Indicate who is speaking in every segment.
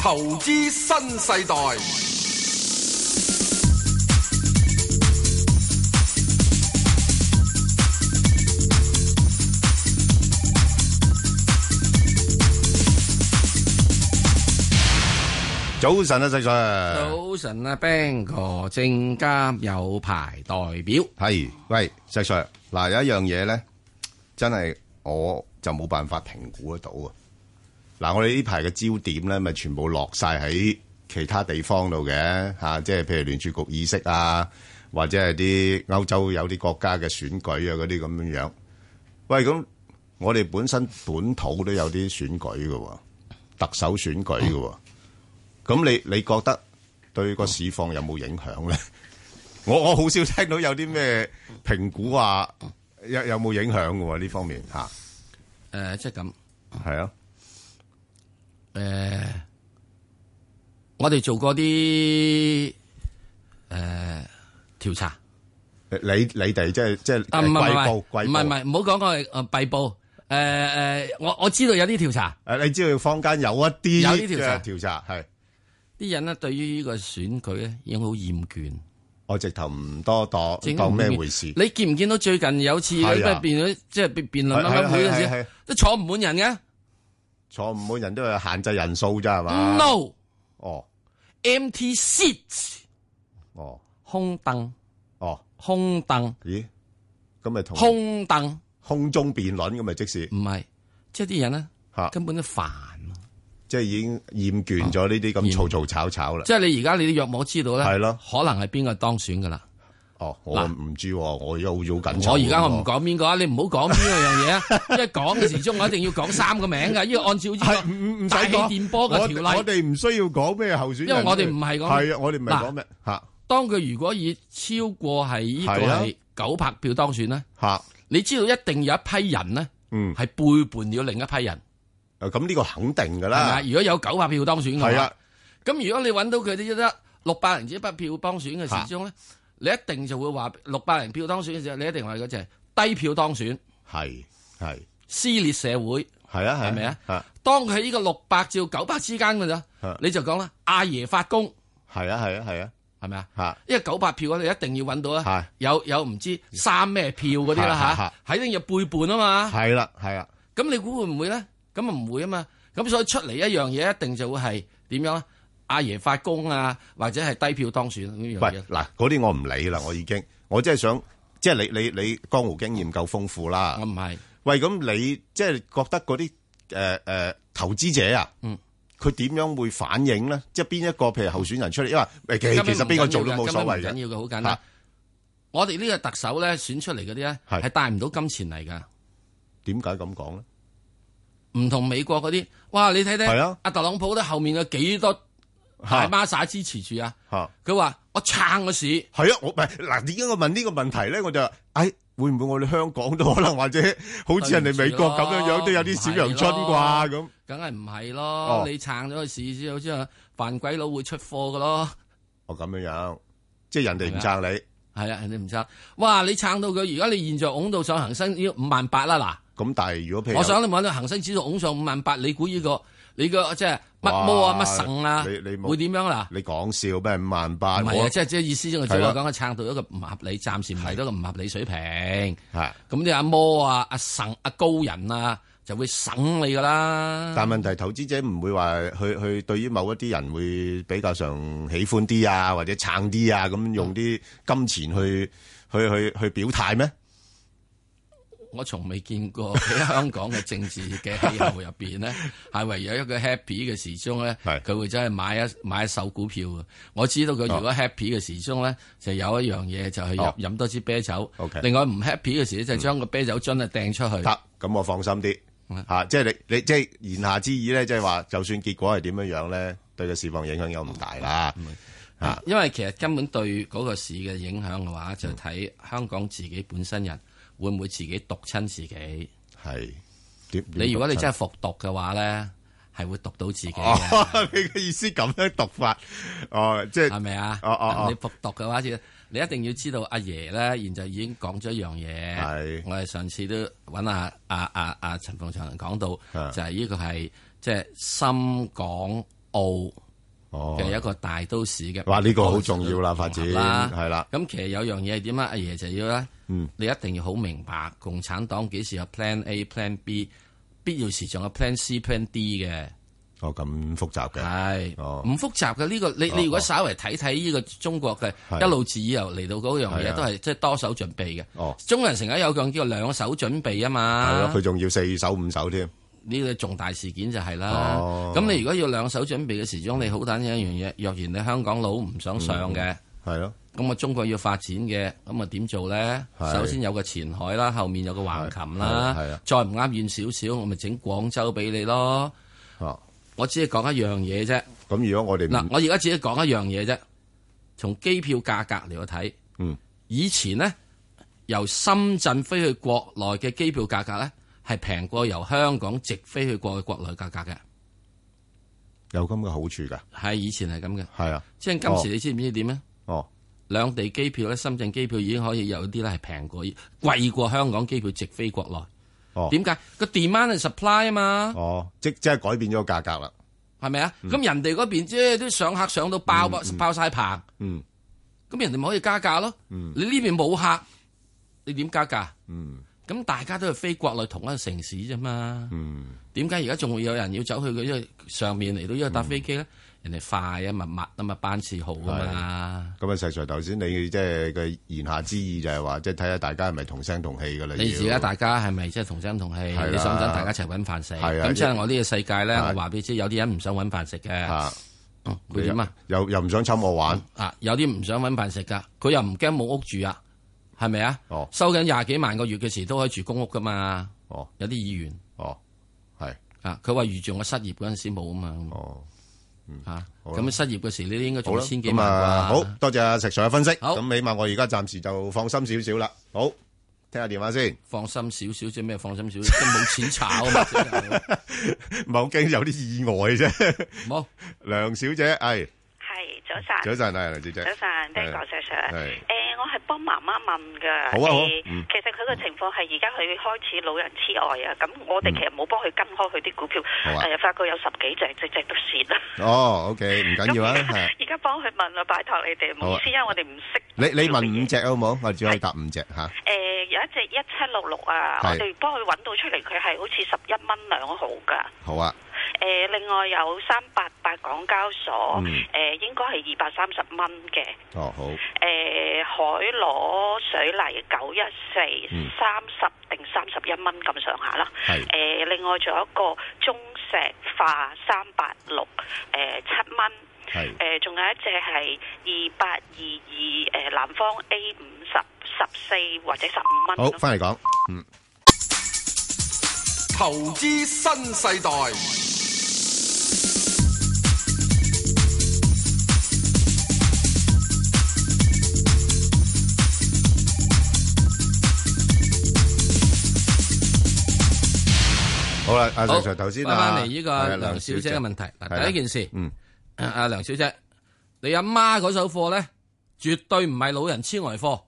Speaker 1: 投資新世代。
Speaker 2: 早晨啊，細 Sir。
Speaker 3: 早晨啊，Bang 哥，證監有牌代表，
Speaker 2: 係，喂，石 Sir，嗱有一樣嘢咧，真係我就冇辦法評估得到啊！嗱，我哋呢排嘅焦點咧，咪全部落晒喺其他地方度嘅嚇，啊即係譬如聯儲局議息啊，或者係啲歐洲有啲國家嘅選舉啊嗰啲咁樣樣。喂，咁我哋本身本土都有啲選舉嘅喎，特首選舉嘅喎，咁你你覺得對個市況有冇影響咧？我我好少聽到有啲咩評估話有有冇影響嘅喎呢方面嚇，
Speaker 3: 誒，呃即係咁，
Speaker 2: 係啊，
Speaker 3: 誒，呃我哋做過啲誒調查，
Speaker 2: 你你你哋即係即係
Speaker 3: 啊，唔係
Speaker 2: 季報
Speaker 3: 唔係
Speaker 2: 季
Speaker 3: 唔係唔
Speaker 2: 報，
Speaker 3: 係，唔好講我係誒閉報，誒誒，我我知道有啲調查，
Speaker 2: 誒你知道坊間有一啲
Speaker 3: 有啲調查
Speaker 2: 嘅調查係，
Speaker 3: 啲人呢對於呢個選舉咧已經好厭倦。
Speaker 2: 我直頭唔多當
Speaker 3: 整
Speaker 2: 當咩回事，
Speaker 3: 你見唔見到最近有次
Speaker 2: 係啊
Speaker 3: 咩辯論，即係辯辯論
Speaker 2: 係係
Speaker 3: 乜會嗰
Speaker 2: 係係
Speaker 3: 陣
Speaker 2: 係
Speaker 3: 時，都坐唔滿人嘅。
Speaker 2: 坐唔滿人都係限制人數咋係嘛？
Speaker 3: No
Speaker 2: 哦
Speaker 3: empty seats，
Speaker 2: 哦
Speaker 3: 空凳，
Speaker 2: 哦，
Speaker 3: 空凳，
Speaker 2: 咦，咁咪同
Speaker 3: 空凳，
Speaker 2: 空中辯論咁咪即是
Speaker 3: 唔係，即係啲人咧
Speaker 2: 嚇
Speaker 3: 根本都煩啊。
Speaker 2: 即係已經厭倦咗呢啲咁
Speaker 3: 哦
Speaker 2: 嘈嘈吵吵啦。
Speaker 3: 即係你而家你若我知道咧，
Speaker 2: 係咯
Speaker 3: 可能係邊個當選噶啦。
Speaker 2: 哦，我唔知喎，我而家好好緊張喎。
Speaker 3: 我而家我唔講邊個啊，你唔好講邊個樣嘢 啊，因為講嘅時鐘我一定要講三個名噶，因為按照呢個
Speaker 2: 係唔唔使
Speaker 3: 大氣
Speaker 2: 講
Speaker 3: 電波
Speaker 2: 我
Speaker 3: 嘅條
Speaker 2: 我
Speaker 3: 例，
Speaker 2: 哋唔需要講咩候選人，
Speaker 3: 因為我哋唔係講
Speaker 2: 係啊，我哋唔係講咩吓
Speaker 3: 當佢如果以超過係呢
Speaker 2: 係
Speaker 3: 個
Speaker 2: 啊
Speaker 3: 係九百票當選咧。
Speaker 2: 吓，
Speaker 3: 你知道一定有一批人呢，
Speaker 2: 嗯，
Speaker 3: 係背叛了另一批人，
Speaker 2: 啊咁呢個肯定㗎
Speaker 3: 係咪啊？
Speaker 2: 啦，
Speaker 3: 如果有九百票當選嘅
Speaker 2: 係
Speaker 3: 話
Speaker 2: 啊，，
Speaker 3: 咁如果你揾到佢啲得六百零至一百票當選嘅時鐘呢，你一定就會話六百零票當選嘅時候，你一定話嗰隻低票當選，
Speaker 2: 係係
Speaker 3: 撕裂社會。
Speaker 2: 係啊，
Speaker 3: 係咪啊
Speaker 2: 嚇
Speaker 3: 當佢喺呢個六百至九百之間嘅
Speaker 2: 啊
Speaker 3: 咋，你就講啦，阿爺發功
Speaker 2: 係啊，係啊，係啊，
Speaker 3: 係咪啊？
Speaker 2: 嚇
Speaker 3: 因為九百票你一定要揾到
Speaker 2: 係
Speaker 3: 啦，有有唔知三咩票嗰啲
Speaker 2: 係係
Speaker 3: 啦嚇，肯定要背叛啊嘛。
Speaker 2: 係啦，係啊，
Speaker 3: 咁你估會唔會咧？咁啊唔會啊嘛。咁所以出嚟一樣嘢，一定就會係點樣咧？啊阿爺發功啊，或者係低票當選呢樣
Speaker 2: 喂
Speaker 3: 嘢。
Speaker 2: 嗱，嗰啲我唔理啦，我已經，我真係想，即係你你你江湖經驗夠豐富啦
Speaker 3: 我，唔係，
Speaker 2: 喂，咁你即係覺得嗰啲誒誒投資者啊，
Speaker 3: 嗯，
Speaker 2: 佢點樣會反應咧？即係邊一個譬如候選人出嚟，因為誒其
Speaker 3: 根本
Speaker 2: 其實邊個做都冇所
Speaker 3: 唔緊要㗎
Speaker 2: 謂
Speaker 3: 根本唔緊
Speaker 2: 嘅，
Speaker 3: 要嘅，好簡
Speaker 2: 嚇
Speaker 3: 單。我哋呢個特首咧選出嚟嗰啲咧，
Speaker 2: 係
Speaker 3: 係帶唔到金錢嚟㗎。
Speaker 2: 點解咁講咧？
Speaker 3: 唔同美國嗰啲，哇！你睇
Speaker 2: 係啊
Speaker 3: 睇阿特朗普咧後面有幾多大孖沙支持住啊？
Speaker 2: 嚇
Speaker 3: 佢話我撐個市，
Speaker 2: 係啊，我唔係嗱，點解我問呢個問題咧？我就話，哎，會唔會我哋香港都可能或者好似人哋美國咁樣樣，都有啲小陽春啩咁？
Speaker 3: 梗係唔係
Speaker 2: 哦
Speaker 3: 咯？你撐咗個市之後，之後扮鬼佬會出貨㗎咯。
Speaker 2: 哦，咁樣樣，即係人哋唔撐你，
Speaker 3: 系啊，人哋唔撐，哇！你撐到佢，而家你現在拱到上恒生要五萬八啦
Speaker 2: 咁但係如啊
Speaker 3: 嗱，
Speaker 2: 果譬如
Speaker 3: 我想你揾到恒生指數拱上五萬八，你估呢個你個即係乜毛啊
Speaker 2: 哇
Speaker 3: 乜神啊
Speaker 2: 你你，冇
Speaker 3: 會點樣啊
Speaker 2: 你講笑咩五萬八，
Speaker 3: 嗱？唔係
Speaker 2: 我
Speaker 3: 啊，即係即係意思，我只
Speaker 2: 係
Speaker 3: 係
Speaker 2: 啦
Speaker 3: 講佢撐到一個唔合理，暫時唔係到一個唔合理水平。
Speaker 2: 係，
Speaker 3: 咁你阿魔啊、阿神、阿高人啊，就會省你噶啦。
Speaker 2: 但係問題投資者唔會話去去對於某一啲人會比較上喜歡啲啊，或者撐啲啊，咁用啲金錢去去去去表態咩？
Speaker 3: 我從未見過喺香港嘅政治嘅氣候入邊 咧，係唯有一個 happy 嘅時鐘咧
Speaker 2: 係，
Speaker 3: 佢會真係買一買一手股票嘅。我知道佢如果 happy 嘅時鐘咧，就有一樣嘢就係
Speaker 2: 哦
Speaker 3: 飲飲多支啤酒
Speaker 2: OK。
Speaker 3: 另外唔 happy 嘅時呢就將個啤酒樽啊掟出去。
Speaker 2: 得，咁我放心啲
Speaker 3: 嗯
Speaker 2: 吓，即係你你即係言下之意咧，即係話就算結果係點樣樣咧，對個市況影響又唔大啦。啊
Speaker 3: 因為其實根本對嗰個市嘅影響嘅
Speaker 2: 嗯
Speaker 3: 話，就睇香港自己本身人會唔會自己毒親自己。
Speaker 2: 係點？
Speaker 3: 你如果你真係
Speaker 2: 係
Speaker 3: 服毒嘅話咧，係會毒到自己嘅。
Speaker 2: 哦， 你嘅意思咁樣讀法哦，即
Speaker 3: 系
Speaker 2: 係
Speaker 3: 咪啊？
Speaker 2: 哦哦哦
Speaker 3: 你服毒嘅話，你一定要知道阿爺咧，現在已經講咗一樣嘢。
Speaker 2: 係
Speaker 3: 我哋上次都揾阿
Speaker 2: 啊
Speaker 3: 阿阿阿陳鳳祥講到，
Speaker 2: 係
Speaker 3: 就係呢個係即係深港澳。
Speaker 2: 哦
Speaker 3: 其，實一個大都市嘅。
Speaker 2: 哇呢個好重要啦發展
Speaker 3: 啦，
Speaker 2: 係啦
Speaker 3: 咁其實有樣嘢係點啊？阿爺就要咧，
Speaker 2: 嗯
Speaker 3: 你一定要好明白共產黨幾時有 Plan A、Plan B，必要時仲有 Plan C、Plan D 嘅。
Speaker 2: 哦咁複雜嘅，
Speaker 3: 係
Speaker 2: 哦
Speaker 3: 唔複雜嘅呢個，你
Speaker 2: 哦
Speaker 3: 你如果稍微睇睇呢個中國嘅
Speaker 2: 係
Speaker 3: 一路自由嚟到嗰樣
Speaker 2: 係啊
Speaker 3: 嘢，都係即係多手準備
Speaker 2: 哦
Speaker 3: 嘅。中國人成日有樣叫兩手準備啊
Speaker 2: 係
Speaker 3: 嘛
Speaker 2: 咯，佢。仲要四手五手添，
Speaker 3: 呢個重大事件就係啦
Speaker 2: 哦。
Speaker 3: 咁你如果要兩手準備嘅時鐘，你好簡單一樣嘢。若然你香港佬唔想上嘅，
Speaker 2: 係咯，
Speaker 3: 咁啊中國要發展嘅，咁啊點做咧？
Speaker 2: 係
Speaker 3: 首先有個前海啦，後面有個橫琴啦
Speaker 2: 係係係啊，
Speaker 3: 再唔啱遠少少，我咪整廣州俾你咯。
Speaker 2: 哦，
Speaker 3: 我只係講一樣嘢啫。
Speaker 2: 咁如果我哋
Speaker 3: 嗱，
Speaker 2: 唔
Speaker 3: 我而家只係講一樣嘢啫。從機票價格嚟去睇，
Speaker 2: 嗯，
Speaker 3: 以前呢，由深圳飛去國內嘅機票價格呢，係平過由香港直飛去過去國內價格嘅。
Speaker 2: 有咁嘅好處㗎，
Speaker 3: 係以前係咁嘅，
Speaker 2: 係啊，
Speaker 3: 即係今時你知唔知點咧？
Speaker 2: 哦，
Speaker 3: 兩地機票咧，深圳機票已經可以有啲咧係平過、貴過香港機票直飛國內。
Speaker 2: 哦
Speaker 3: 點解個 demand and supply 啊嘛？
Speaker 2: 哦，嗯即即係改變咗個價格啦，
Speaker 3: 係咪啊？咁人哋嗰邊即係啲上客上到爆爆晒棚，
Speaker 2: 嗯
Speaker 3: 咁人哋咪可以加價咯。你呢邊冇客，你點加價？
Speaker 2: 嗯
Speaker 3: 咁大家都係飛國內同一個城市啫嘛。
Speaker 2: 嗯，
Speaker 3: 點解而家仲會有人要走去佢呢個上面嚟到呢個
Speaker 2: 嗯
Speaker 3: 搭飛機咧？人哋快啊嘛，密啊嘛，班次好啊嘛。
Speaker 2: 咁啊，石 Sir 頭先你即係嘅言下之意就係話，即係睇下大家係咪同聲同氣㗎啦，
Speaker 3: 你
Speaker 2: 要
Speaker 3: 而家大家係咪即係同聲同氣？
Speaker 2: 係啦
Speaker 3: 你想唔想大家一齊揾飯食？
Speaker 2: 係啊
Speaker 3: 咁即係我呢個世界咧，
Speaker 2: 係
Speaker 3: 我話俾你知，有啲人唔想揾飯食嘅，
Speaker 2: 嚇，
Speaker 3: 嗯佢點啊？
Speaker 2: 啊又又唔想侵我玩，
Speaker 3: 啊，有啲唔想揾飯食噶，佢又唔驚冇屋住啊，係咪啊
Speaker 2: 哦？
Speaker 3: 收緊廿幾萬個月嘅時都可以住公屋噶嘛？
Speaker 2: 哦
Speaker 3: 有啲議員
Speaker 2: 哦，係，
Speaker 3: 啊，佢話預住我失業嗰陣時冇啊嘛，
Speaker 2: 哦。
Speaker 3: 啊，
Speaker 2: 啦
Speaker 3: 咁失業嘅時你都應該
Speaker 2: 好
Speaker 3: 仲
Speaker 2: 啦，
Speaker 3: 千幾
Speaker 2: 咁
Speaker 3: 萬
Speaker 2: 啊，
Speaker 3: 啩
Speaker 2: 好多謝石 Sir 嘅分析。
Speaker 3: 好
Speaker 2: 咁起碼我而家暫時就放心少少啦。好，聽下電話先。
Speaker 3: 放心少少啫，咩放心少少，即係冇錢炒啊嘛，真係
Speaker 2: 唔係好驚有啲意外啫。
Speaker 3: 冇。
Speaker 2: 梁小姐，係
Speaker 4: 系早晨
Speaker 2: 早。晨啊，梁小姐
Speaker 4: 早。晨，Ben 哥
Speaker 2: 係
Speaker 4: Sir Sir，
Speaker 2: 係
Speaker 4: 誒，我係幫媽媽問㗎。
Speaker 2: 好啊好啊
Speaker 4: 誒
Speaker 2: 嗯
Speaker 4: 其實佢個情況係而家佢開始老人痴呆啊，咁我哋其實冇幫佢跟開佢啲股票，
Speaker 2: 好啊
Speaker 4: 誒，發覺有十幾隻，隻隻都蝕啊。
Speaker 2: 哦，OK，唔 緊要啊。
Speaker 4: 咁而
Speaker 2: 係
Speaker 4: 家而 家幫佢問啊，拜託你哋，唔好意思，因為我哋唔識。
Speaker 2: 你你問五。隻好唔好？我只可以答五隻嚇。
Speaker 4: 誒，有一隻一七六六啊，我
Speaker 2: 係
Speaker 4: 哋幫佢揾到出嚟，佢係好似十一蚊兩毫㗎。
Speaker 2: 好啊，
Speaker 4: 誒，另外有三八八港交所
Speaker 2: 嗯，
Speaker 4: 誒，應該係二百三十蚊嘅。
Speaker 2: 哦好，
Speaker 4: 誒、呃海螺水泥九一
Speaker 2: 嗯
Speaker 4: 四三十定三十一蚊咁上下啦。
Speaker 2: 係
Speaker 4: 誒、另外仲有一個中石化三八六誒七蚊。
Speaker 2: 係
Speaker 4: 誒，仲、有一隻係二八二二誒呃南方 A 五十十四或者十五蚊。
Speaker 2: 好，翻嚟講，嗯，
Speaker 1: 投資新世代，
Speaker 2: 好啦，阿石
Speaker 3: 好
Speaker 2: Sir 頭先啊
Speaker 3: 翻翻嚟呢
Speaker 2: 係啊
Speaker 3: 個梁小姐嘅問題。嗱，
Speaker 2: 係啦
Speaker 3: 第一件事，
Speaker 2: 嗯，
Speaker 3: 阿梁小姐，你阿媽嗰手貨咧，絕對唔係老人痴呆貨， 呢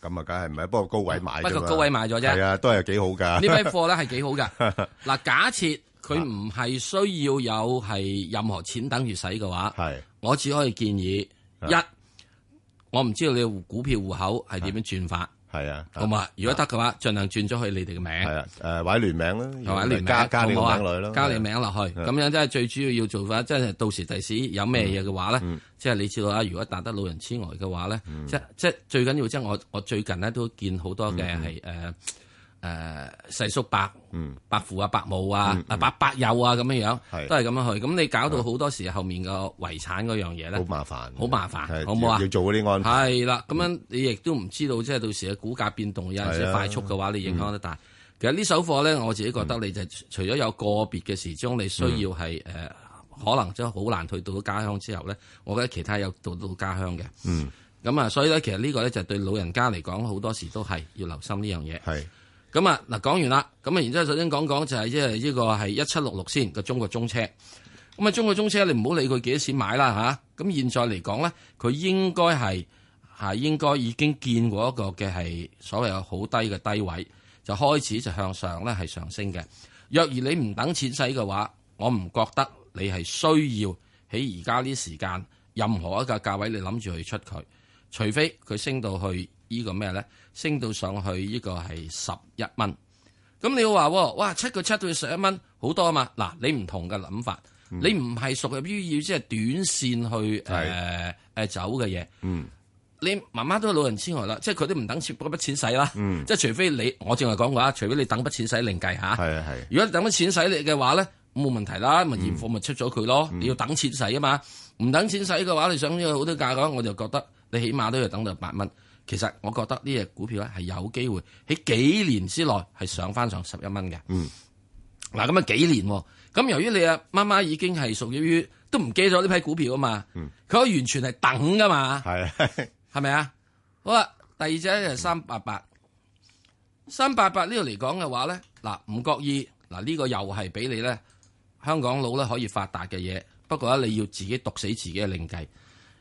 Speaker 2: 咁啊，梗係唔係？不過高位買啫嘛
Speaker 3: 不過高位買咗啫
Speaker 2: 係啊，都係幾好㗎。
Speaker 3: 批貨咧係幾好噶。嗱，假設佢唔係需要有係任何錢等住使嘅話，
Speaker 2: 係
Speaker 3: 我只可以建議
Speaker 2: 啊
Speaker 3: 一，我唔知道你嘅股票戶口係點樣轉法，
Speaker 2: 係啊，
Speaker 3: 好嘛？如果得嘅話，盡量轉咗去你哋嘅
Speaker 2: 係
Speaker 3: 名。
Speaker 2: 啊，誒或者聯名啦，
Speaker 3: 係咪
Speaker 2: 如果
Speaker 3: 聯名
Speaker 2: 加加你
Speaker 3: 好
Speaker 2: 個
Speaker 3: 唔好
Speaker 2: 名
Speaker 3: 啊
Speaker 2: 落去咯，
Speaker 3: 加你名落去，
Speaker 2: 係啊
Speaker 3: 咁樣真係最主要要做法，即係到時第時有咩嘢嘅話咧，
Speaker 2: 嗯
Speaker 3: 即係你知道啊啦。如果達得老人痴呆嘅話咧，即即最緊要即係我我最近咧都見好多嘅
Speaker 2: 嗯
Speaker 3: 係誒誒細叔伯、伯父啊、伯母啊、啊伯伯友啊咁樣
Speaker 2: 嗯係
Speaker 3: 樣，都係咁樣去。咁你搞到好多時後面個遺產嗰樣嘢
Speaker 2: 好
Speaker 3: 咧，
Speaker 2: 麻煩，
Speaker 3: 好麻煩
Speaker 2: 係
Speaker 3: 好唔好啊
Speaker 2: 要要做嗰啲安排，
Speaker 3: 係啦，咁樣你亦都唔知道，即係到時嘅股價變動有陣
Speaker 2: 嗯係啊嗯
Speaker 3: 時快速嘅話，你影響得大。其實呢手貨咧，我自己覺得你就除咗有個別嘅時鐘，你需要係誒、
Speaker 2: 嗯
Speaker 3: 呃可能真係好難去到家鄉之後咧，我覺得其他有到到家鄉嘅。
Speaker 2: 嗯，
Speaker 3: 咁啊，所以咧，其實呢個咧就對老人家嚟講，好多時都係要留心呢樣嘢。
Speaker 2: 係
Speaker 3: 咁啊，嗱講完啦，咁啊，然之後首先講講就係即係呢個係一七六六先個中國中車。咁啊，中國中車你唔好理佢幾多錢買啦吓，咁、現在嚟講咧，佢應該係係應該已經見過一個嘅係所謂有好低嘅低位，就開始就向上咧係上升嘅。若然你唔等錢使嘅話，我唔覺得你係需要喺而家呢時間任何一個價位，你諗住去出佢，除非佢升到去呢個咩咧？升到上去呢個係十一蚊。咁你要話喎，哇七個七到十一蚊好多啊嘛！嗱，你唔同嘅諗法，你唔係屬於要即係短線去誒
Speaker 2: 係
Speaker 3: 誒走嘅嘢。
Speaker 2: 嗯，
Speaker 3: 你媽媽都老人痴呆啦，即係佢都唔等錢嗰筆錢使啦。
Speaker 2: 嗯
Speaker 3: 即係除非你，我正話講過啊，除非你等筆錢使另計嚇。
Speaker 2: 係嗯啊係，
Speaker 3: 如果你等筆錢使你嘅話咧，冇問題啦，咪現貨咪出咗佢咯。
Speaker 2: 嗯
Speaker 3: 你要等錢使啊嘛，唔等錢使嘅話，你想要好多價嘅話，我就覺得你起碼都要等到八蚊。其實我覺得呢只股票咧係有機會喺幾年之內係上翻上十一蚊嘅。
Speaker 2: 嗯，
Speaker 3: 嗱咁啊幾年喎？咁由於你阿媽媽已經係屬於都唔記咗呢批股票啊嘛，
Speaker 2: 嗯
Speaker 3: 佢可以完全係等噶嘛。
Speaker 2: 係 啊
Speaker 3: 系咪啊？好啊，第二隻就係三八八，三八八呢度嚟講嘅話咧，嗱唔覺意，嗱呢、個又係俾你咧，香港佬咧可以發達嘅嘢，不過咧你要自己毒死自己嘅另計，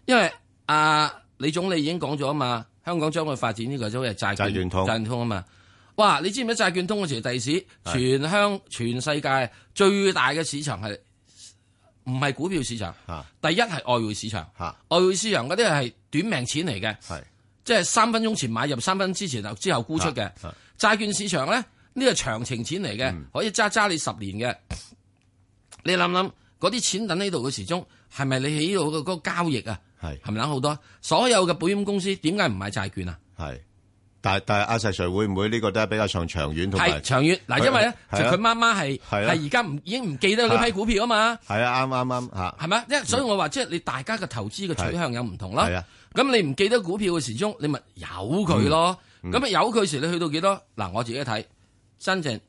Speaker 3: 因為啊、李總理已經講咗啊嘛，香港將會發展呢個所謂債
Speaker 2: 債券通
Speaker 3: 債券通啊嘛。哇！你知唔知債券通嗰時第時，全香全世界最大嘅市場係唔係股票市場？
Speaker 2: 嚇
Speaker 3: 第一係外匯市場，
Speaker 2: 嚇
Speaker 3: 外匯市場嗰啲係短命錢嚟嘅，
Speaker 2: 係
Speaker 3: 即係三分鐘前買入，三分之前之後沽出嘅
Speaker 2: 啊嗯啊。
Speaker 3: 債券市場咧，呢個長情錢嚟嘅，可以揸揸你十年嘅。你諗諗嗰啲錢等呢度嘅時鐘，係咪你喺呢度嘅嗰個交易啊？
Speaker 2: 係
Speaker 3: 係咪諗好多？所有嘅保險公司點解唔買債券啊？
Speaker 2: 係，但係但係阿石 Sir 會唔會呢個都係比較上長遠同埋
Speaker 3: 係長遠嗱，
Speaker 2: 係
Speaker 3: 因為咧就
Speaker 2: 係啊
Speaker 3: 佢媽媽係
Speaker 2: 係啊
Speaker 3: 係而家唔已經唔記得呢批股票啊嘛，
Speaker 2: 係啊啱啱啱嚇
Speaker 3: 係咪？因為所以我話即係你大家嘅投資嘅取向有唔同啦
Speaker 2: 係。啊
Speaker 3: 咁你唔記得股票嘅時鐘，你咪由佢咯。咁啊由佢時，你去到幾多？嗱，我自己睇，真正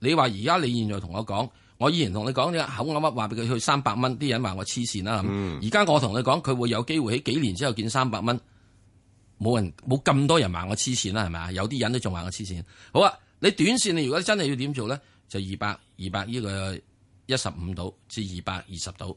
Speaker 3: 你話而家你現在同我講，我以前同你講你口噏噏話俾佢去三百蚊，啲人話我黐線啦。咁而家我同你講，佢會有機會喺幾年之後見三百蚊，冇人冇咁多人話我黐線啦，係咪啊？有啲人都仲話我黐線。好啊，你短線你如果真係要點做咧，就二百二百呢個一十五度至二百二十度。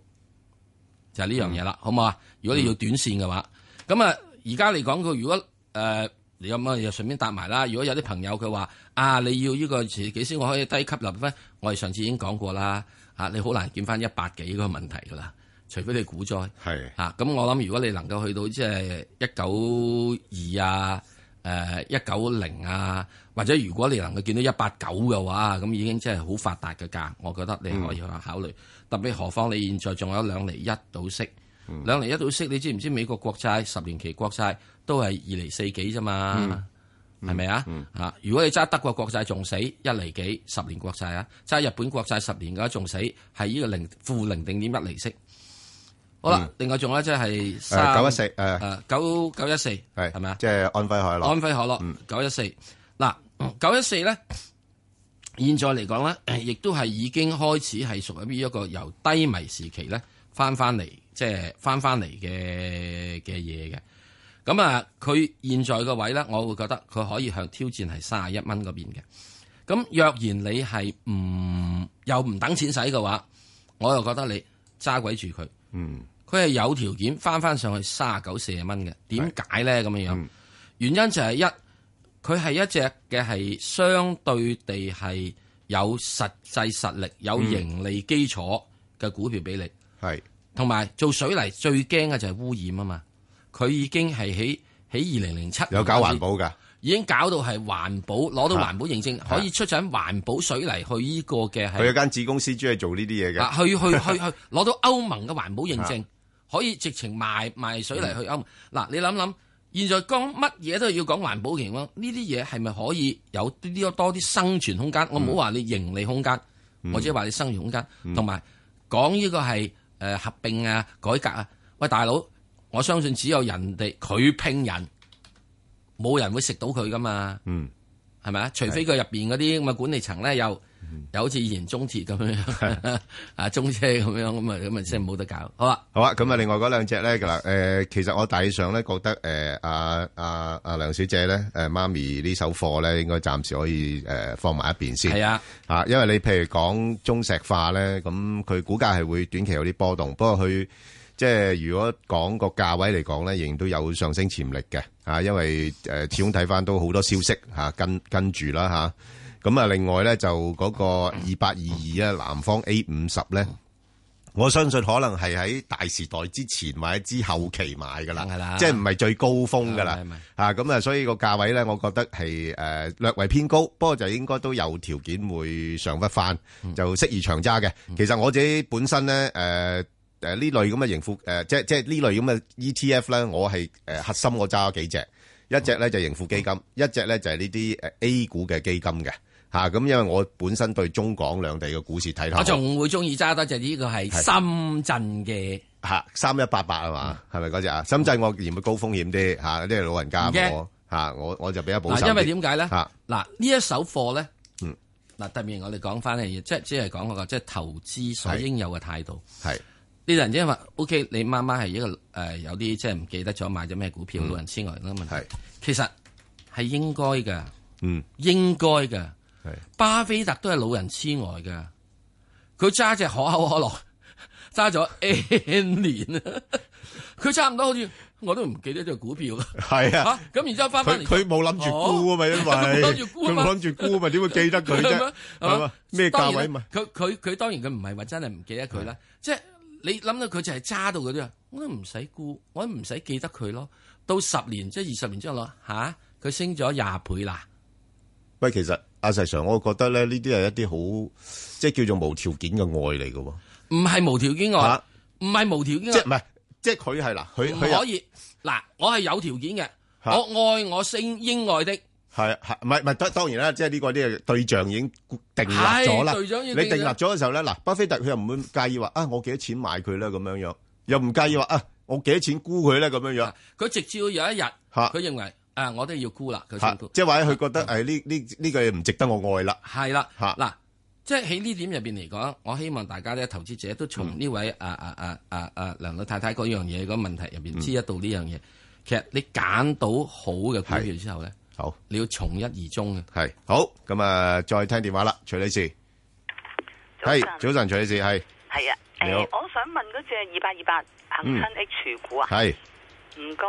Speaker 3: 就係呢樣嘢啦，好唔好啊？如果你要短線嘅話，咁啊，而家嚟講佢如果誒、呃你咁啊，又順便答埋啦。如果有啲朋友佢話啊，你要呢、個幾先我可以低吸納咧？我哋上次已經講過啦，啊，你好難見翻一百幾個問題噶啦，除非你股災。
Speaker 2: 係
Speaker 3: 啊，咁我諗如果你能夠去到即係一九二啊，誒一九零啊，或者如果你能夠見到一八九嘅話，咁已經真係好發達嘅價，我覺得你
Speaker 2: 嗯
Speaker 3: 可以去考慮。特別何況你現在仲有兩厘一到息，
Speaker 2: 嗯
Speaker 3: 兩厘一到息，你知唔知美國國債十年期國債都係二厘四幾啫
Speaker 2: 嗯
Speaker 3: 嘛？係咪啊？啊！如果你揸德國國債仲死一厘幾十年國債啊，揸日本國債十年嘅話仲死，係呢個零負零定點一厘息。好啦，另外仲有一隻係
Speaker 2: 嗯誒
Speaker 3: 三
Speaker 2: 九一四誒
Speaker 3: 誒九九一四
Speaker 2: 係
Speaker 3: 係咪啊？
Speaker 2: 即係安徽海螺
Speaker 3: 安徽可樂九一四嗱九一四咧，現在嚟講咧，亦都係已經開始係屬於一個由低迷時期咧翻翻嚟，即係翻翻嚟嘅嘅嘢嘅。咁啊，佢現在個位咧，我會覺得佢可以向挑戰係三十一蚊嗰邊嘅。咁若然你係唔又唔等錢使嘅話，我又覺得你揸鬼住佢。
Speaker 2: 嗯
Speaker 3: 佢係有條件翻翻上去三十九四十蚊嘅。點解咧咁樣樣？
Speaker 2: 嗯
Speaker 3: 原因就係一，佢係一隻嘅係相對地係有實際實力、有
Speaker 2: 嗯
Speaker 3: 盈利基礎嘅股票俾你，
Speaker 2: 係
Speaker 3: 同埋做水泥最驚嘅就係污染啊嘛。佢已經係喺喺二零零七
Speaker 2: 有搞環保㗎
Speaker 3: 已經搞到係環保，攞到環保認證，可以出產環保水泥去呢個嘅係
Speaker 2: 佢有間子公司專係做呢啲嘢
Speaker 3: 啊，
Speaker 2: 嘅
Speaker 3: 去去去去攞到歐盟嘅環保認證，可以直情賣賣水嚟去歐盟。嗱，你諗諗，現在講乜嘢都要講環保情況，呢啲嘢係咪可以有啲多啲生存空間？我唔好話你盈利空間，我只係話你生存空間，同埋講呢個係誒合併啊、改革啊。喂，大佬，我相信只有人哋佢拼人，冇人會食到佢噶嘛。
Speaker 2: 嗯
Speaker 3: 係咪啊？除非佢入邊嗰啲咁嘅管理層咧，又
Speaker 2: 嗯
Speaker 3: 又好似以前中鐵咁樣 啊，中車咁樣咁啊，
Speaker 2: 嗯
Speaker 3: 咁啊，真係冇得搞。好啦，
Speaker 2: 好啊，咁啊，另外嗰兩隻咧，嗱，誒，其實我大致上咧覺得，誒，阿阿阿梁小姐咧，誒，媽咪呢手貨咧，應該暫時可以誒放埋一邊先。
Speaker 3: 係啊，
Speaker 2: 啊，因為你譬如講中石化咧，咁佢股價係會短期有啲波動，不過佢即係如果講個價位嚟講咧，仍然都有上升潛力嘅啊，因為誒、呃始終睇翻都好多消息嚇、啊跟跟住啦啊嚇。咁啊，另外咧就嗰個二八二二咧，南方 A 五十咧，我相信可能係喺大時代之前或者之後期買㗎
Speaker 3: 梗係啦
Speaker 2: 啦，即係唔係最高峰㗎啦
Speaker 3: 係咪。
Speaker 2: 啊，咁啊，所以個價位咧，我覺得係誒、呃略為偏高，不過就應該都有條件會上不翻，
Speaker 3: 嗯
Speaker 2: 就適宜長揸嘅。其實我自己本身咧誒。呃誒呢類咁嘅盈富誒、呃即係即係呢類咁嘅 E ETF 咧，我係誒、呃核心我揸咗幾隻，一隻咧就係盈富基金，一隻咧就係呢啲誒 A 股嘅基金嘅嚇。咁、因為我本身對中港兩地嘅股市睇得好
Speaker 3: 我仲會中意揸得就呢個係深圳嘅，
Speaker 2: 吓三一八八啊嘛，係咪嗰只啊？深圳我嫌佢高風險啲吓，啲老人家
Speaker 3: 嗯唔驚
Speaker 2: 我吓，我我就比較保守
Speaker 3: 嗱，
Speaker 2: 啲。
Speaker 3: 因為點解咧？
Speaker 2: 吓
Speaker 3: 嗱，呢一手貨咧，
Speaker 2: 嗯，
Speaker 3: 嗱，特別我哋講翻嘅嘢，即係只係講嗰個即係投資所
Speaker 2: 係
Speaker 3: 應有嘅態度。
Speaker 2: 係
Speaker 3: 呢啲人因為 O.K. 你媽媽係一個誒、呃有啲即係唔記得咗買咗咩股票，老人痴呆啦問
Speaker 2: 嗯係
Speaker 3: 題，其實係應該嘅，
Speaker 2: 嗯
Speaker 3: 應該嘅
Speaker 2: 係。
Speaker 3: 巴菲特都係老人痴呆嘅，佢揸只可口可樂 揸咗 N 年啊， 佢差唔多好似我都唔記得咗股 票啦。
Speaker 2: 係
Speaker 3: 嚇
Speaker 2: 啊，
Speaker 3: 咁然之後翻翻
Speaker 2: 佢
Speaker 3: 嚟，
Speaker 2: 佢冇諗住沽啊嘛，因為
Speaker 3: 佢冇哦 諗住沽啊
Speaker 2: 佢
Speaker 3: 嘛
Speaker 2: 冇諗住沽啊嘛，點會記得佢
Speaker 3: 係
Speaker 2: 啫
Speaker 3: 咪？
Speaker 2: 係嘛？咩
Speaker 3: 當然
Speaker 2: 價位
Speaker 3: 啦
Speaker 2: 嘛？
Speaker 3: 佢佢佢當然佢唔係話真係唔記得佢啦，即係你諗到佢就係揸到嗰啲啊，我都唔使估，我都唔使記得佢咯。到十年即係二十年之後咯，吓佢升咗廿倍啦，
Speaker 2: 喂，其實阿石 Sir，我覺得咧呢啲係一啲好即係叫做無條件嘅愛嚟嘅喎，
Speaker 3: 唔係無條件愛
Speaker 2: 嚇，
Speaker 3: 唔係無條件
Speaker 2: 即係
Speaker 3: 愛
Speaker 2: 唔係即係佢係嗱，佢，
Speaker 3: 哦唔
Speaker 2: 佢又
Speaker 3: 可以嗱，我係有條件嘅，
Speaker 2: 嚇
Speaker 3: 我愛我星應愛的。
Speaker 2: 係係唔係唔係？當當然啦，即係呢個啲對象已經定立咗
Speaker 3: 係
Speaker 2: 啦。
Speaker 3: 對象已
Speaker 2: 你
Speaker 3: 經
Speaker 2: 定立咗嘅時候咧，嗱，巴菲特佢又唔會介意話啊，我幾多錢買佢咧咁樣樣，又唔介意話啊，我幾多錢沽佢咧咁樣樣
Speaker 3: 佢直至到有一日，
Speaker 2: 嚇
Speaker 3: 啊佢認為啊，我都要沽啦，佢
Speaker 2: 嚇
Speaker 3: 先沽，。
Speaker 2: 即係或者佢覺得誒呢呢呢個嘢唔值得我愛啦，
Speaker 3: 係啦，
Speaker 2: 嚇
Speaker 3: 嗱，即係喺呢點入邊嚟講，我希望大家咧，投資者都
Speaker 2: 嗯
Speaker 3: 從呢位啊啊啊啊啊梁老太太嗰樣嘢嗰個問題入
Speaker 2: 嗯
Speaker 3: 邊知得到呢樣嘢。其實你揀到好嘅股票之後咧，
Speaker 2: 好
Speaker 3: 你要從一而終嘅。
Speaker 2: 係好咁啊，再聽電話啦，徐女士係早晨，徐女士係
Speaker 4: 係啊，
Speaker 2: 你
Speaker 4: 誒
Speaker 2: 好，嗯
Speaker 4: 我想問嗰只二八二八恒生 H 股啊，
Speaker 2: 係
Speaker 4: 唔該，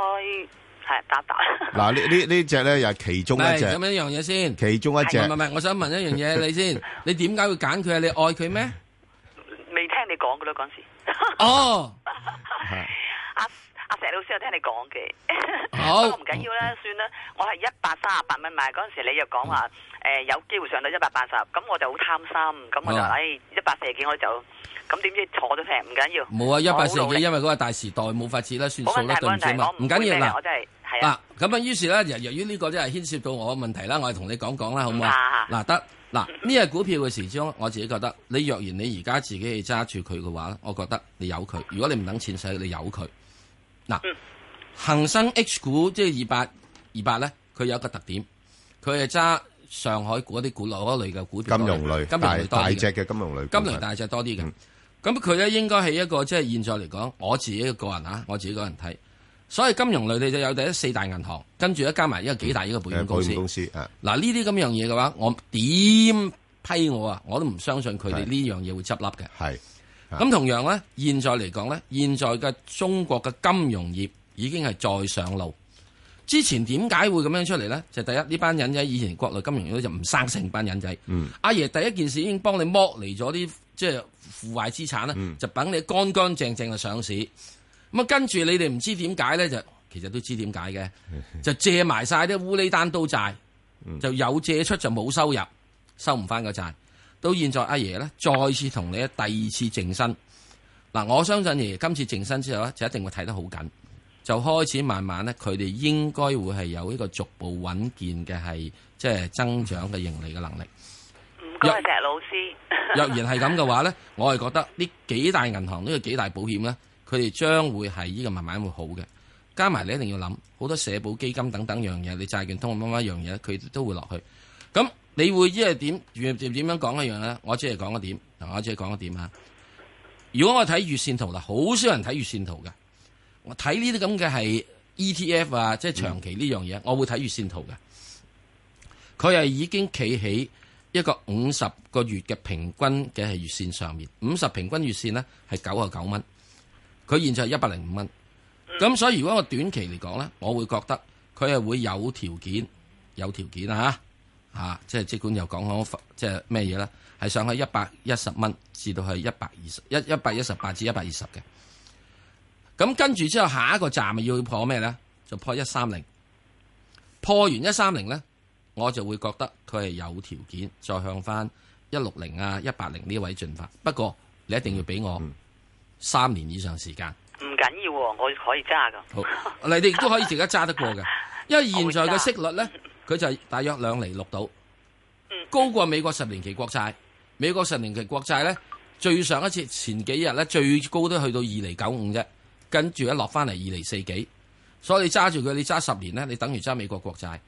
Speaker 4: 係答答。
Speaker 2: 嗱呢呢呢只咧又係其中
Speaker 3: 係
Speaker 2: 一
Speaker 3: 咁
Speaker 2: 隻，
Speaker 3: 一樣嘢先。唔
Speaker 2: 其中一隻
Speaker 3: 係唔係，我想問一樣嘢你 先，你點解會揀佢啊？你愛佢咩？
Speaker 4: 未聽你講噶啦嗰陣時，
Speaker 3: 哦，
Speaker 4: 阿阿石老師有聽你講嘅，
Speaker 3: 好
Speaker 4: 不過唔緊要啦，算啦。我係一百三十八蚊買嗰陣時，你又講話誒有機會上到一百八十，咁我就好貪心，咁我就
Speaker 3: 哦
Speaker 4: 誒一百四十幾我就，咁點知坐咗平唔緊要，
Speaker 3: 冇啊，一百四
Speaker 4: 我好努啊
Speaker 3: 幾，
Speaker 4: 力
Speaker 3: 因為嗰個大時代冇法子啦，算
Speaker 4: 冇
Speaker 3: 數
Speaker 4: 問題
Speaker 3: 啦，對
Speaker 4: 冇
Speaker 3: 唔
Speaker 4: 問
Speaker 3: 住啊
Speaker 4: 題，
Speaker 3: 嘛
Speaker 4: 我，
Speaker 3: 唔
Speaker 4: 唔
Speaker 3: 緊
Speaker 4: 會
Speaker 3: 要
Speaker 4: 咩
Speaker 3: 啦
Speaker 4: 我。真係係
Speaker 3: 嗱
Speaker 4: 啊，，
Speaker 3: 咁啊，於是咧，由由於呢個真係牽涉到我嘅問題啦，我係同你講講啦，好唔好啊？
Speaker 4: 啊
Speaker 3: 嗱，得嗱，呢隻股票嘅時鐘，我自己覺得，你若然你而家自己去揸住佢嘅話，我覺得你由佢。如果你唔等錢使，你由佢。嗱，
Speaker 4: 嗯
Speaker 3: 恒生 H 股即係二八二八咧，佢有一個特點，佢係揸上海嗰啲股嗰類嘅股票
Speaker 2: 金
Speaker 3: 多啲，
Speaker 2: 融類
Speaker 3: 金融類多
Speaker 2: 大大
Speaker 3: 啲嘅
Speaker 2: 隻嘅金融類股
Speaker 3: 金
Speaker 2: 份，
Speaker 3: 融大隻多啲嘅
Speaker 2: 嗯。
Speaker 3: 咁佢咧應該係一個即係現在嚟講，我自己嘅個人啊，我自己個人睇。所以金融類你就有第一四大銀行，跟住咧加埋一個幾大一個保險
Speaker 2: 誒保
Speaker 3: 公司。
Speaker 2: 險
Speaker 3: 嗱
Speaker 2: 公
Speaker 3: 呢
Speaker 2: 司啊，
Speaker 3: 啲咁樣嘢嘅話，我點批我啊？我都唔相信佢哋
Speaker 2: 係
Speaker 3: 呢樣嘢會執笠嘅。
Speaker 2: 係啊
Speaker 3: 咁同樣咧，現在嚟講咧，現在嘅中國嘅金融業已經係再上路。之前點解會咁樣出嚟咧？就第一呢班人仔以前國內金融業咧就唔生性班人仔。
Speaker 2: 嗯
Speaker 3: 阿爺第一件事已經幫你剝離咗啲即係腐壞資產咧，啊就等你乾乾淨淨嘅上市。咁啊，跟住你哋唔知點解咧，就其實都知點解嘅，
Speaker 2: 嗯
Speaker 3: 就借埋晒啲烏哩單刀債，就有借出就冇收入，收唔翻個債。到現在阿爺咧，再次同你咧第二次淨身。嗱，我相信爺爺今次淨身之後咧，就一定會睇得好緊，就開始慢慢咧，佢哋應該會係有一個逐步穩健嘅係即係增長嘅盈利嘅能力。
Speaker 4: 唔該啊
Speaker 3: 有
Speaker 4: 石老師。
Speaker 3: 若然係咁嘅話咧，我係覺得呢幾大銀行呢個幾大保險咧，佢哋將會係呢個慢慢會好嘅。加埋你一定要諗好多社保基金等等樣嘢，你債券通乜乜樣嘢，佢都會落去。咁你會因為點點點點樣講一樣咧？我只係講一點，嗱，我只係講一點啊。如果我睇月線圖啦，好少人睇月線圖嘅。我睇呢啲咁嘅係 ETF 啊，即係長期呢樣嘢，我會睇月線圖嘅。佢係已經企喺一個五十個月嘅平均嘅係月線上面，五十平均月線呢係九啊九蚊，佢現在係一百零五蚊。咁所以如果我短期嚟講呢，我會覺得佢係會有條件，有條件啊啊，即係即管又講講即係咩嘢啦，係上去一百一十蚊至到去一百二十一一百一十八至一百二十嘅。咁跟住之後，下一個站咪要破咩咧？就破一三零。破完一三零咧，我就會覺得佢係有條件再向翻一六零啊、一八零呢位進發。不過你一定要俾我三年以上時間。
Speaker 4: 唔緊要喎，我可以揸噶。
Speaker 3: 好，你哋亦都可以而家揸得過嘅，因為現在嘅息率咧，佢就係大約兩厘六度，高過美國十年期國債。美國十年期國債咧，最上一次前幾日咧最高都去到二厘九五啫，跟住一落翻嚟二厘四幾，所以你揸住佢，你揸十年咧，你等於揸美國國債，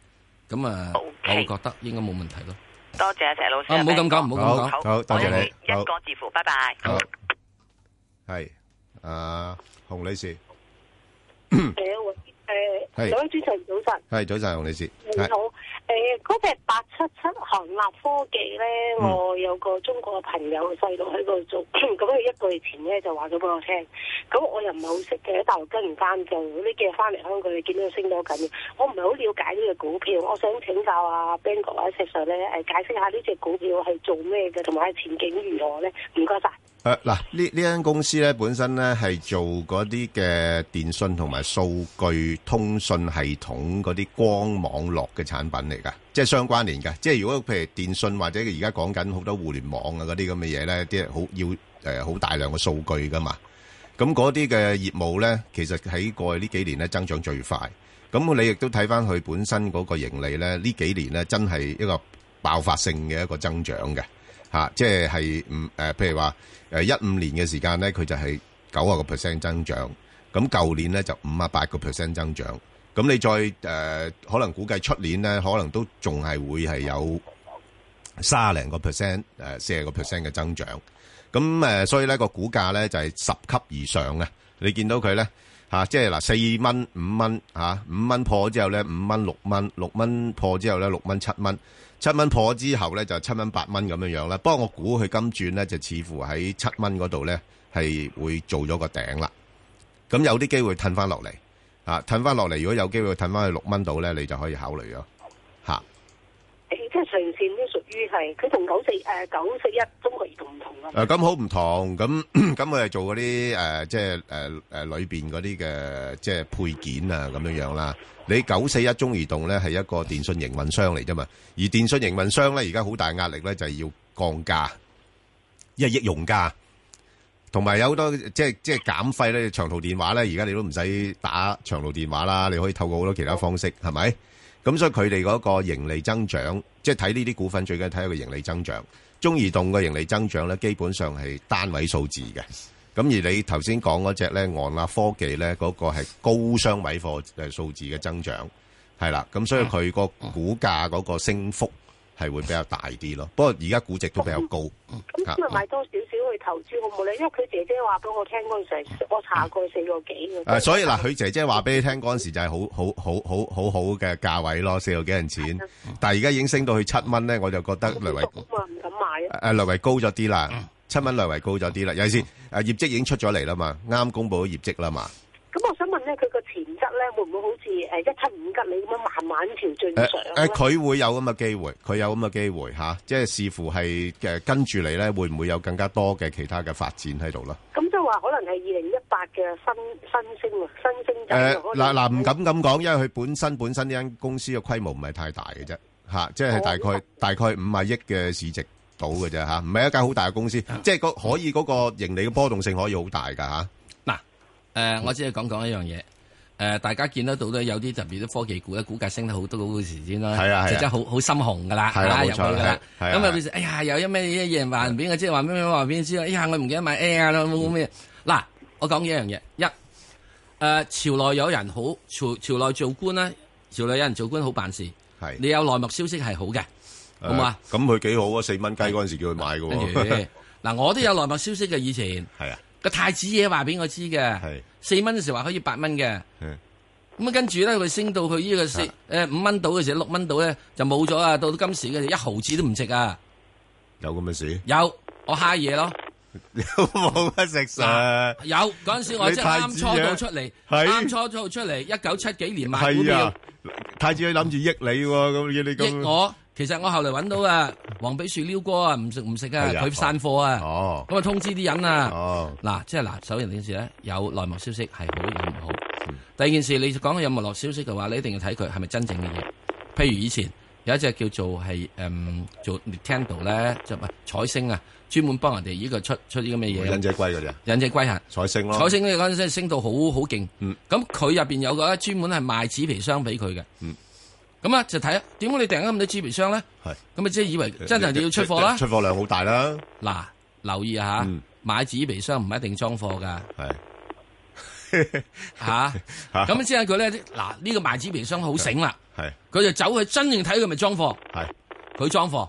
Speaker 3: 咁啊，我
Speaker 4: OK
Speaker 3: 會覺得應該冇問題咯。
Speaker 4: 多謝石老師。
Speaker 3: 啊唔好咁講唔好咁講
Speaker 2: 好好多謝你好
Speaker 4: 一個字符，拜拜。
Speaker 2: 好，系，诶，洪女士，
Speaker 5: 诶，我诶，
Speaker 2: 係
Speaker 5: 兩位主持人早晨，
Speaker 2: 系早晨，洪女士，
Speaker 5: 你
Speaker 2: 系，
Speaker 5: 好。诶，嗰只八七七航立科技咧，
Speaker 2: 嗯
Speaker 5: 我有個中國嘅朋友細佬喺嗰度做， 咁佢一個月前咧就話咗俾我聽，咁我又唔係好識嘅，喺大陸跟唔翻做，呢幾日翻嚟香港，你見到佢升到緊要，我唔係好了解呢只股票，我想請教阿 Ben 哥或者石 Sir 咧，诶，解釋下呢只股票係做咩嘅，同埋前景如何咧？唔該晒。
Speaker 2: 诶，嗱，呢呢间公司咧，本身咧系做嗰啲嘅电信同埋数据通讯系统嗰啲光网络嘅产品嚟噶，即系相关联嘅。即系如果譬如电信或者而家讲紧好多互联网啊嗰啲咁嘅嘢咧，啲係好要诶好、大量嘅数据噶嘛。咁嗰啲嘅業務咧，其實喺過去呢幾年咧增長最快。咁你亦都睇翻佢本身嗰個盈利咧，呢幾年咧真係一個爆發性嘅一個增長嘅嚇、即係係唔誒，譬如話誒呃一五年嘅時間咧，佢就係九啊個 percent 增長，咁舊年咧就五啊八個 percent 增長。咁你再誒、呃可能估計出年咧，可能都仲係會係有三零個 percent 誒四十個 percent 嘅增長。咁誒、呃所以咧個股價咧就係、十級以上啊！你見到佢咧嚇，即係嗱四蚊、五蚊嚇，五蚊破之後咧，五蚊、六蚊、六蚊破之後咧，六蚊、七蚊，七蚊破之後咧就七蚊、八蚊咁樣樣啦。不過我估佢今轉咧就似乎喺七蚊嗰度咧係會做咗個頂啦。咁有啲機會褪翻落嚟嚇，褪翻落嚟，如果有機會褪翻去六蚊度咧，你就可以考慮咯嚇。
Speaker 5: 誒即係長線都屬於係，佢同九四誒九四一中國移動唔同啊㗎嘛。
Speaker 2: 诶，咁好唔同，咁 咁佢係做嗰啲诶，即係诶诶里边嗰啲嘅即係配件啊，咁樣樣啦。你九四一中移動咧係一個電信營運商嚟啫嘛，而電信營運商咧而家好大壓力咧就係要降價，一億用價，同埋有好多即係即系减费咧，長途電話咧而家你都唔使打長途電話啦，你可以透過好多其他方式，係咪？咁所以佢哋嗰個盈利增長，即係睇呢啲股份最緊要睇佢盈利增長。中移動嘅盈利增長咧，基本上係單位數字嘅。咁而你頭先講嗰只咧，昂立科技咧，嗰、個係高雙位貨誒數字嘅增長，係啦。咁所以佢個股價嗰個升幅係會比較大啲咯。不過而家估值都比較高，啊
Speaker 5: 咁今日買多少少去投資好冇咧？因為佢姐姐話俾我聽嗰陣時，我查過四個幾嘅。
Speaker 2: 誒、嗯啊所以嗱，佢姐姐話俾你聽嗰陣時就係好好好好好好嘅價位咯，四個幾銀錢。但係而家已經升到去七蚊咧，我就覺得略為
Speaker 5: 咁啊，唔敢買啊！
Speaker 2: 誒略為高咗啲
Speaker 3: 嗯
Speaker 2: 啦，七蚊略為高咗啲啦。有陣時誒啊業績已經出咗嚟啦嘛，啱公佈咗業績啦嘛。
Speaker 5: 咁我想問咧，佢個前質咧會唔會好似誒一七五吉你咁樣慢慢朝進
Speaker 3: 嗯
Speaker 2: 誒
Speaker 5: 上
Speaker 2: 誒，
Speaker 5: 咧？
Speaker 2: 佢會有咁嘅機會，佢有咁嘅機會嚇、即係視乎係誒跟住嚟咧，會唔會有更加多嘅其他嘅發展喺度啦？
Speaker 5: 咁即係話可能係二零一八嘅新新升啊，新升
Speaker 2: 誒
Speaker 5: 仔啊可能
Speaker 2: 嗱嗱，唔敢咁講，因為佢本身本身呢間公司嘅規模唔係太大嘅啫，嚇、即係大概、
Speaker 5: 哦
Speaker 2: 大概五啊億嘅市值到嘅啫嚇，唔係一間好大嘅公司，
Speaker 3: 嗯
Speaker 2: 即係個可以嗰個盈利嘅波動性可以好大㗎嚇。
Speaker 3: 嗱，誒、我只係講講一樣嘢。誒、大家見得到咧，有啲特別啲科技股咧，股價升得好多嗰時先啦，
Speaker 2: 係啊係啊
Speaker 3: 就真係好好心紅噶啦，
Speaker 2: 係啦
Speaker 3: 啊
Speaker 2: 冇
Speaker 3: 入去
Speaker 2: 錯
Speaker 3: 噶啦。
Speaker 2: 係係啊
Speaker 3: 咁啊，變成哎呀，有一咩一夜話俾我知，話咩咩話俾我知啦，哎呀，我唔記得買 Air 啦，冇咩。嗱，我講幾樣嘢，一誒、朝內有人好，朝朝內做官咧，朝內有人做官好辦事，
Speaker 2: 係
Speaker 3: 你有內幕消息係好嘅，好唔好啊？
Speaker 2: 誒咁佢幾好啊，四蚊雞嗰陣時叫佢買嘅
Speaker 3: 跟 住
Speaker 2: 喎，
Speaker 3: 嗱，我都有內幕消息嘅，以前
Speaker 2: 係啊，
Speaker 3: 個太子爺話俾我知嘅，
Speaker 2: 係
Speaker 3: 四蚊嘅時候話可以八蚊嘅。
Speaker 2: 係
Speaker 3: 咁啊，跟住咧，佢升到佢呢個
Speaker 2: 啊
Speaker 3: 四誒五蚊到嘅時候，六蚊到咧就冇咗啊！到到今時嘅一毫子都唔值啊！
Speaker 2: 有咁嘅事，
Speaker 3: 有我蝦嘢咯，
Speaker 2: 有冇啊食
Speaker 3: 嗱
Speaker 2: 實？
Speaker 3: 有嗰陣時我
Speaker 2: 你
Speaker 3: 即係
Speaker 2: 太
Speaker 3: 啱
Speaker 2: 子
Speaker 3: 初
Speaker 2: 爺
Speaker 3: 到出嚟，
Speaker 2: 係
Speaker 3: 啱初到出嚟，一九七幾年買股
Speaker 2: 係
Speaker 3: 票
Speaker 2: 啊，太子諗住益你喎，咁你
Speaker 3: 益
Speaker 2: 咁啊
Speaker 3: 我。其實我後嚟揾到啊，黃比樹撩哥啊，唔食唔食啊，
Speaker 2: 係啊
Speaker 3: 佢散貨啊，
Speaker 2: 哦
Speaker 3: 咁啊通知啲人啊。
Speaker 2: 哦，
Speaker 3: 嗱，即係嗱，首先呢件事咧，有內幕消息係好有唔好。
Speaker 2: 嗯
Speaker 3: 第二件事，你講有冇落消息嘅話，你一定要睇佢係咪真正嘅嘢。譬如以前有一隻叫做係誒、嗯做 Nintendo 咧，就唔係彩星啊，專門幫人哋呢個出出啲咁嘅
Speaker 2: 忍
Speaker 3: 嘢，
Speaker 2: 者龜嗰只
Speaker 3: 忍者龜嚇。
Speaker 2: 彩星咯，
Speaker 3: 彩星呢嗰陣時升到好好勁，
Speaker 2: 哦嗯
Speaker 3: 咁佢入邊有個咧專門係賣紙皮箱俾佢嘅，
Speaker 2: 嗯
Speaker 3: 咁啊就睇下點解你訂咗咁多紙皮箱咧？
Speaker 2: 係
Speaker 3: 咁啊即係以為真係你要出貨啦
Speaker 2: 出？貨量好大啦，
Speaker 3: 嗱，留意下
Speaker 2: 嗯
Speaker 3: 買紙皮箱唔一定裝貨㗎
Speaker 2: 係
Speaker 3: 吓，
Speaker 2: 嚇
Speaker 3: 咁之後佢咧嗱呢個賣紙皮箱好醒啦，
Speaker 2: 係
Speaker 3: 佢就走去真正睇佢咪裝貨，
Speaker 2: 係
Speaker 3: 佢裝貨，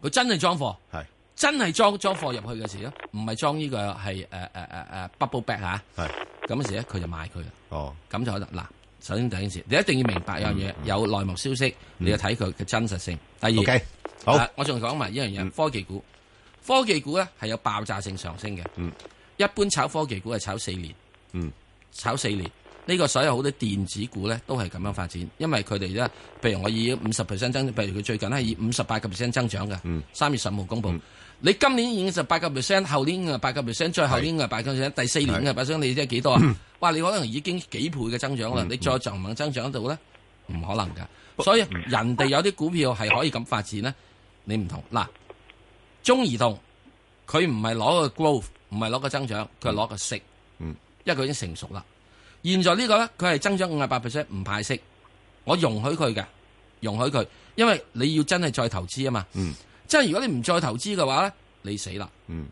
Speaker 3: 佢真係裝貨，
Speaker 2: 係
Speaker 3: 真係裝裝貨入去嘅時咯，唔係裝呢個係誒誒誒誒 bubble bag 嚇，
Speaker 2: 係
Speaker 3: 咁嘅時咧佢就買佢啦。
Speaker 2: 哦
Speaker 3: 咁就可能嗱，首先第一件事，你一定要明白一樣嘢，有內幕消息，你要睇佢嘅真實性。第二
Speaker 2: ，OK，好嗯
Speaker 3: 啊我仲講埋一樣嘢，科技股，科技股咧係有爆炸性上升嘅。
Speaker 2: 嗯
Speaker 3: 一般炒科技股係炒四年，
Speaker 2: 嗯，
Speaker 3: 炒四年。呢個所有好多電子股咧都係咁樣發展，因為佢哋咧，譬如我以五十 percent 增，譬如佢最近咧以五十八個 percent 增長嘅
Speaker 2: 嗯，
Speaker 3: 三、月十五號公佈。你今年已經十八個 percent，後年嘅八個 percent，再後年嘅八個 percent，第四年嘅八 percent，你即係幾多
Speaker 2: 嗯
Speaker 3: 啊？哇！你可能已經幾倍嘅增長啦，你再就唔能增長到咧，唔可能㗎。所以
Speaker 2: 嗯
Speaker 3: 人哋有啲股票係可以咁發展咧，你唔同嗱。中移動佢唔係攞個 growth，唔係攞個增長，佢係攞個息。
Speaker 2: 嗯，
Speaker 3: 因為佢已經成熟啦。現在呢個咧，佢係增長五十八 percent，唔派息。我容許佢嘅，容許佢，因為你要真係再投資啊嘛。
Speaker 2: 嗯，
Speaker 3: 即係如果你唔再投資嘅話咧，你死啦。
Speaker 2: 嗯，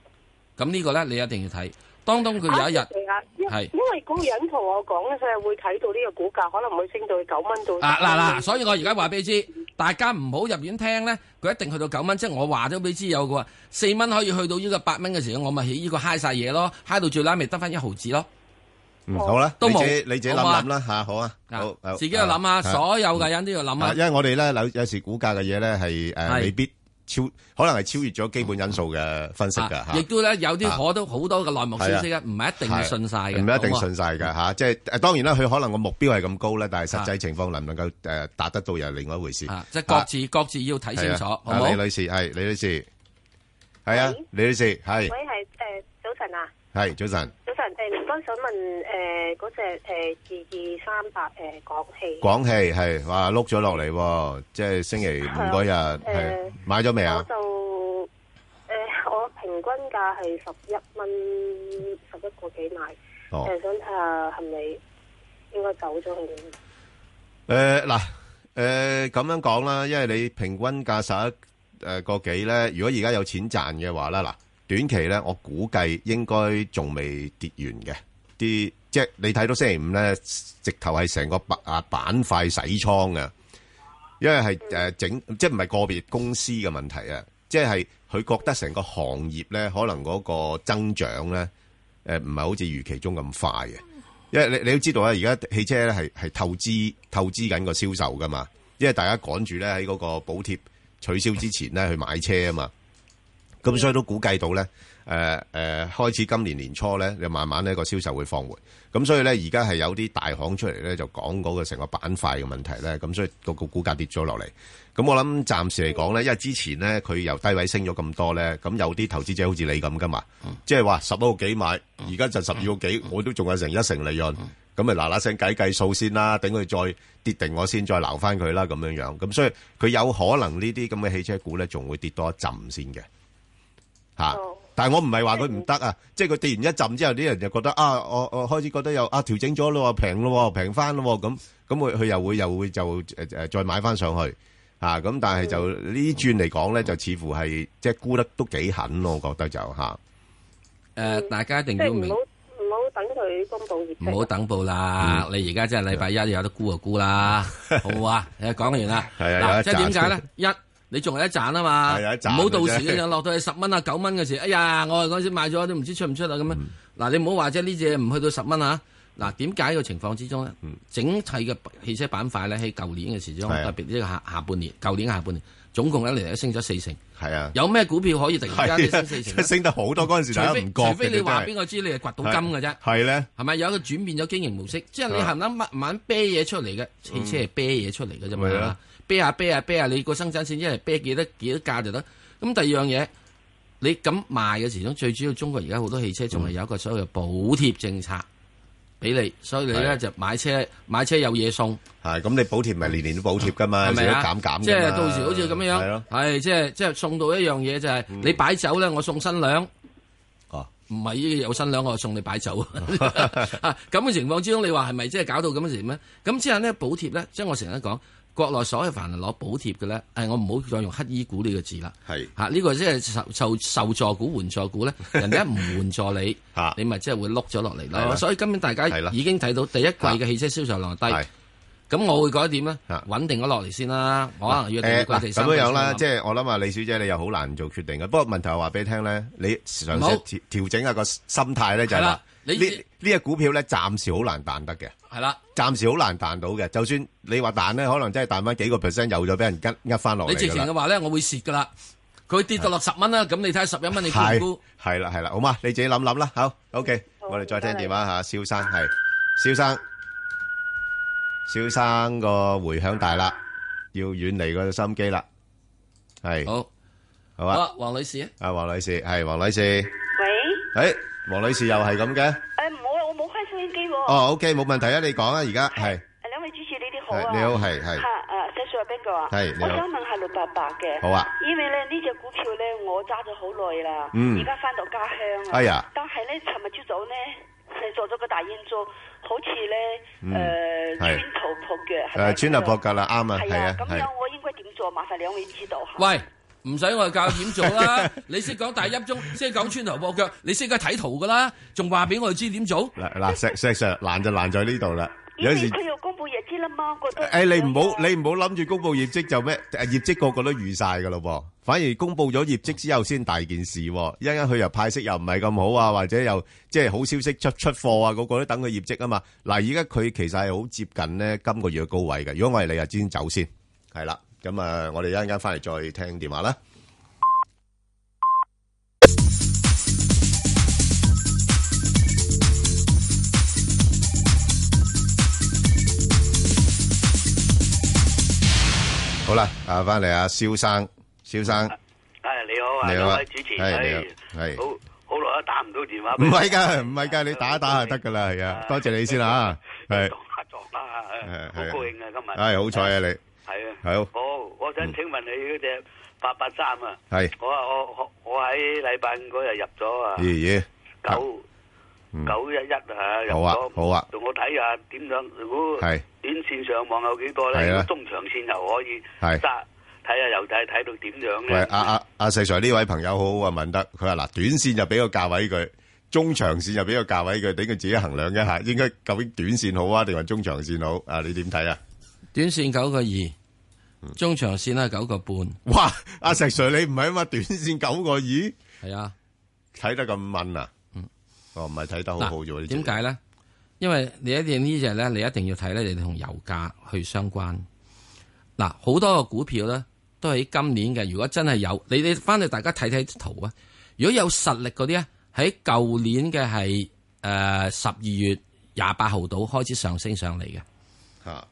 Speaker 3: 咁呢個咧，你一定要睇。當當佢有一日
Speaker 5: 啊，因
Speaker 3: 係
Speaker 5: 因為嗰個人同我講咧，佢係會睇到呢個股價可能會升到去九蚊到。
Speaker 3: 啊嗱嗱，所以我而家話俾你知，大家唔好入院聽咧，佢一定去到九蚊，即係我話咗俾你知有個話四蚊可以去到呢個八蚊嘅時候，我咪起呢個嗨晒嘢咯，嗨到最拉咪得翻一毫子咯。
Speaker 2: 嗯好啦，
Speaker 3: 都
Speaker 2: 你
Speaker 3: 冇
Speaker 2: 自己你自己諗
Speaker 3: 好嘛
Speaker 2: 諗啦吓，好啊，
Speaker 3: 啊
Speaker 2: 好，好
Speaker 3: 自己又諗
Speaker 2: 啊
Speaker 3: 下，所有嘅人都要諗
Speaker 2: 啊，
Speaker 3: 下。
Speaker 2: 因為我哋咧有有時股價嘅嘢咧係誒
Speaker 3: 係
Speaker 2: 未必超，可能係超越咗基本因素嘅分析㗎
Speaker 3: 啊
Speaker 2: 嚇。啊
Speaker 3: 亦都咧有啲可都好多嘅內幕消息咧，唔係一定要信晒嘅，
Speaker 2: 唔一定
Speaker 3: 好嘛
Speaker 2: 信晒㗎吓，即係當然啦，佢可能個目標係咁高咧，但係實際情況能唔能夠誒達得到又係另外一回事。
Speaker 3: 啊，即係各自各自要睇清楚，
Speaker 2: 係啊
Speaker 3: 好唔好
Speaker 2: 啊？李女士係李女士，係啊
Speaker 5: 喂，
Speaker 2: 李女士係
Speaker 5: 喂，係誒早晨啊，
Speaker 2: 係早晨，
Speaker 5: 早晨誒，唔該想問誒嗰只誒二二三八誒港氣。
Speaker 2: 廣汽係哇碌咗落嚟喎，即係星期五嗰日係
Speaker 5: 誒
Speaker 2: 買咗未
Speaker 5: 我
Speaker 2: 啊？
Speaker 5: 就誒、我平均價係十一蚊，十一個幾買。誒、
Speaker 2: 哦。
Speaker 5: 想睇下係咪應該走咗佢？
Speaker 2: 诶嗱，诶咁樣講啦，因為你平均價十一诶个几咧，如果而家有錢賺嘅話啦，嗱，短期咧我估計應該仲未跌完嘅，啲即係你睇到星期五咧，直頭係成個板啊板塊洗倉嘅，因為係诶整即係唔係個別公司嘅問題啊，即係佢覺得成個行業咧可能嗰個增長咧诶唔係好似預期中咁快嘅。因為你你都知道啊，而家汽車咧係係透支透支緊個銷售噶嘛，因為大家趕住咧喺嗰個補貼取消之前咧去買車啊嘛，咁所以都估計到咧，誒、誒、開始今年年初咧，就慢慢呢個銷售會放緩，咁所以咧而家係有啲大行出嚟咧就講嗰個成個板塊嘅問題咧，咁所以個個股價跌咗落嚟，咁我諗暫時嚟講咧，因為之前咧佢由低位升咗咁多咧，咁有啲投資者好似你咁噶嘛。即係話十一個幾買，而家就十二個幾，我都仲有成一成利潤，咁咪嗱嗱聲計計數先啦，等佢再跌定我先再鬧翻佢啦，咁樣樣。咁所以佢有可能呢啲咁嘅汽車股咧，仲會跌多一陣先嘅，吓、
Speaker 5: 哦
Speaker 2: 但係我唔係話佢唔得啊，即係佢跌完一陣之後，啲人就覺得啊，我我開始覺得又啊調整咗咯，平咯，平翻咯，咁咁佢佢又會又會就誒誒再買翻上去。啊，咁但係就呢轉嚟講咧，就似乎係即係沽得都幾狠咯，我覺得就嚇。
Speaker 3: 誒，大家一定
Speaker 5: 即
Speaker 3: 要
Speaker 5: 係唔
Speaker 3: 明
Speaker 5: 好。唔好等佢公佈業績。啊
Speaker 3: 唔好等報啦！
Speaker 2: 嗯
Speaker 3: 你而家真係禮拜一有得沽就沽啦，好唔好啊？ 誒講完啦，
Speaker 2: 係啊有
Speaker 3: 嗱，
Speaker 2: 得
Speaker 3: 即係點解
Speaker 2: 賺
Speaker 3: 咧？一你仲有一賺啊嘛，
Speaker 2: 係有一
Speaker 3: 唔
Speaker 2: 賺
Speaker 3: 好到時
Speaker 2: 嘅啫
Speaker 3: 嗰陣落到去十蚊啊九蚊嘅時，哎呀，我嗰陣時買咗都唔知出唔出
Speaker 2: 嗯
Speaker 3: 啊咁樣。嗱，你唔好話啫，呢只唔去到十蚊啊！嗱，點解個情況之中咧？整體嘅汽車板塊咧，喺舊年嘅時鐘，
Speaker 2: 嗯係啊
Speaker 3: 特別呢個下下半年，舊年嘅下半年總共一年升咗四成。
Speaker 2: 係啊，
Speaker 3: 有咩股票可以突然間升四
Speaker 2: 係啊
Speaker 3: 成呢？
Speaker 2: 升得好多嗰陣時，大
Speaker 3: 除
Speaker 2: 家
Speaker 3: 非
Speaker 2: 唔覺
Speaker 3: 除非你話
Speaker 2: 話
Speaker 3: 俾我知，你係掘到金嘅啫，
Speaker 2: 係咧，
Speaker 3: 係咪有一個轉變咗經營模式？即係你
Speaker 2: 啊嗯
Speaker 3: 行得慢慢啤嘢出嚟嘅，汽車係啤嘢出嚟嘅啫
Speaker 2: 係
Speaker 3: 嘛
Speaker 2: 啊，
Speaker 3: 啤下啤下啤下，你個生產線一係啤幾多幾多價就得。咁第二樣嘢，你咁賣嘅時鐘，最主要中國而家好多汽車仲
Speaker 2: 嗯
Speaker 3: 係有一個所謂嘅補貼政策俾你，所以你
Speaker 2: 係
Speaker 3: 咧
Speaker 2: 啊
Speaker 3: 就買車買車有嘢送。
Speaker 2: 係咁你補貼咪年年都補貼㗎嘛，有
Speaker 3: 係
Speaker 2: 時
Speaker 3: 咪
Speaker 2: 都
Speaker 3: 啊？
Speaker 2: 減減㗎嘛
Speaker 3: 即係到時好似咁
Speaker 2: 係咯嗯
Speaker 3: 樣，，係即係即係送到一樣嘢就係你擺酒咧，我送新娘。
Speaker 2: 哦，
Speaker 3: 唔係呢個有新娘，我送你擺酒 啊！咁嘅情況之中，你話係咪即係搞到咁嘅時咩？咁之後呢，補貼咧，即係我成日講，國內所有凡係攞補貼嘅咧，誒，我唔好再用乞衣股呢個字啦。
Speaker 2: 係
Speaker 3: 嚇，呢個即係受受受助股、援助股 咧，人哋一唔援助你
Speaker 2: 嚇，
Speaker 3: 你咪即係會碌咗落嚟
Speaker 2: 係
Speaker 3: 咯。
Speaker 2: 啦
Speaker 3: 所以今年大家
Speaker 2: 係啦啊
Speaker 3: 已經睇到第一季嘅汽車銷售量係
Speaker 2: 係
Speaker 3: 低。咁我會覺得點咧？
Speaker 2: 啊
Speaker 3: 穩定咗落嚟先啦，我可能要第
Speaker 2: 誒
Speaker 3: 二
Speaker 2: 嗱
Speaker 3: 季、第
Speaker 2: 咁
Speaker 3: 三
Speaker 2: 樣
Speaker 3: 季
Speaker 2: 樣啦，
Speaker 3: 先諗
Speaker 2: 即係我諗啊，李小姐你又好難做決定嘅。不過問題我話俾你聽咧，你嘗
Speaker 3: 唔好
Speaker 2: 試調調整下個心態咧，就係
Speaker 3: 係
Speaker 2: 話
Speaker 3: 啦你
Speaker 2: 呢呢只股票咧，暫時好難彈得嘅，
Speaker 3: 係啦。
Speaker 2: 暫時好難彈到嘅。就算你話彈咧，可能真係彈翻幾個 percent，有咗俾人呃呃翻落
Speaker 3: 你
Speaker 2: 嚟
Speaker 3: 直
Speaker 2: 㗎
Speaker 3: 情嘅
Speaker 2: 啦。
Speaker 3: 話咧，我會蝕噶啦。佢跌到落十蚊啦，咁你睇下十一蚊你
Speaker 2: 係
Speaker 3: 估唔估？
Speaker 2: 係啦係啦，好嘛，你自己諗諗啦。好，OK，
Speaker 5: 好
Speaker 2: 我哋再聽
Speaker 5: 唔該你
Speaker 2: 電話嚇，蕭生係蕭生，蕭生個回響大啦，要遠離個心機啦，係
Speaker 3: 好，
Speaker 2: 好
Speaker 3: 好
Speaker 2: 啊。
Speaker 3: 啊，黃女士啊，
Speaker 2: 阿黄女士系黄女士，诶、
Speaker 5: 喂，
Speaker 2: 黄女士又系咁嘅，
Speaker 5: 誒唔好啦，我冇開收音機喎。
Speaker 2: 哦，OK，冇问题啊，你讲啊，而家系
Speaker 5: 誒兩位主持，你哋好啊！
Speaker 2: 系你好，系系
Speaker 5: 嚇誒，石 Sir 邊個啊？
Speaker 2: 係你好
Speaker 5: 我想問下六八八嘅。
Speaker 2: 好啊，
Speaker 5: 因為咧呢只股票咧，我揸咗好耐啦，
Speaker 2: 嗯
Speaker 5: 而家翻到家鄉啊。
Speaker 2: 哎呀
Speaker 5: 但係咧，尋日朝早咧，係做咗個大煙燭，好似咧誒
Speaker 2: 嗯係
Speaker 5: 穿頭破腳。係咪
Speaker 2: 诶，穿立博格啦，啱啊，系
Speaker 5: 係啊
Speaker 2: 啊，，
Speaker 5: 咁
Speaker 2: 系
Speaker 5: 樣我應該點做？麻煩兩位指導下。
Speaker 3: 喂，唔使我教點做啦。 你識講大一中，識講穿頭破腳，你識得睇圖噶啦，仲話俾我哋知點做？
Speaker 2: 嗱嗱，石石 Sir 难就难在呢度啦，
Speaker 5: 因
Speaker 2: 有
Speaker 5: 為
Speaker 2: 时
Speaker 5: 佢又公佈日資啦嘛，覺得
Speaker 2: 诶、誒你唔好你唔好谂住公布业绩就咩，诶，业绩个个都预晒噶咯噃，反而公布咗业绩之后先大件事喎，一阵間佢又派息又唔系咁好啊，或者又即系好消息出出货啊，个个都等佢业绩啊嘛，嗱，而家佢其实系好接近咧今个月嘅高位嘅，如果我系你啊，先走先。系啦，咁啊，我哋一陣間翻嚟再聽電話啦。好啦，啊，翻嚟啊，蕭生，蕭生，
Speaker 6: 诶，你好啊，
Speaker 2: 你好
Speaker 6: 兩
Speaker 2: 啊
Speaker 6: 位主持，
Speaker 2: 係
Speaker 6: 唉
Speaker 2: 你好係
Speaker 6: 好好耐都打唔到電話
Speaker 2: 唔
Speaker 6: 俾你，
Speaker 2: 係㗎，唔係㗎，你打一打就得㗎啦，係啊，多謝你先啦，嗯係，
Speaker 6: 撞下撞下啊，
Speaker 2: 係
Speaker 6: 好
Speaker 2: 係啊嗯
Speaker 6: 高興啊，今日，
Speaker 2: 係好彩啊，你，
Speaker 6: 係啊，
Speaker 2: 好
Speaker 6: 好，我想請問你嗰只八八三啊，
Speaker 2: 係，
Speaker 6: 我啊我我我喺禮拜五嗰日入咗啊，
Speaker 2: 咦
Speaker 6: 九
Speaker 2: 嗯
Speaker 6: 九一一啊，入
Speaker 2: 好啊
Speaker 6: 咗，
Speaker 2: 好啊
Speaker 6: 同我睇下點樣，如果
Speaker 2: 咦，係
Speaker 6: 短線上望有幾多咧，
Speaker 2: 係
Speaker 6: 如
Speaker 2: 啊
Speaker 6: 果中長線又可以
Speaker 2: 係
Speaker 6: 揸，睇下又睇睇到點樣
Speaker 2: 喂，
Speaker 6: 咧？
Speaker 2: 阿阿阿石 Sir 呢位朋友好好啊，問得佢話嗱，短線就俾個價位佢，中長線就俾個價位佢，等佢自己衡量一下，應該究竟短線好啊，定係中長線好啊？你點睇啊？
Speaker 3: 短線九個二，
Speaker 2: 嗯
Speaker 3: 中長線咧九個半，
Speaker 2: 哇，阿石 Sir 你唔係啊嘛，短線九個二。
Speaker 3: 係啊。
Speaker 2: 睇得咁敏啊？哦，唔係睇得好好啫喎。
Speaker 3: 嗱
Speaker 2: 呢
Speaker 3: 點
Speaker 2: 隻？
Speaker 3: 解咧？因為你一定呢只咧，你一定要睇咧，你同油價去相關。嗱，好多個股票咧都喺今年嘅。如果真係有，你哋翻去大家睇睇圖啊。如果有實力嗰啲咧，喺舊年嘅係誒十二月廿八號到開始上升上嚟嘅。
Speaker 2: 吓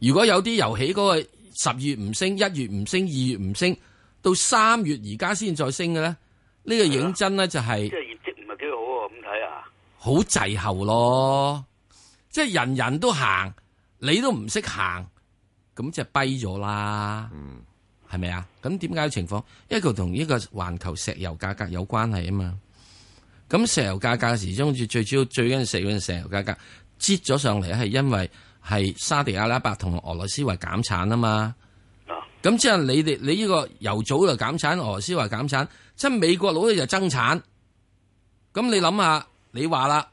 Speaker 3: 如果有啲由起嗰個十月唔升，一月唔升，二月唔升，到三月而家先再升嘅咧，呢、個認真咧就係、
Speaker 6: 即係業績唔係幾好喎，咁睇啊。
Speaker 3: 好滯後咯，即係人人都行，你都唔識行，咁就跛咗啦，
Speaker 2: 嗯
Speaker 3: 係咪啊？咁點解有情況？因為佢同呢個環球石油價格有關係啊嘛。咁石油價格始終最最主要最緊要石油石油價格擠咗上嚟，係因為係沙地阿拉伯同俄羅斯話減產啊嘛。咁即係你哋你呢個油組就減產，俄羅斯話減產，即係美國佬咧就增產。咁你諗下，你話啦，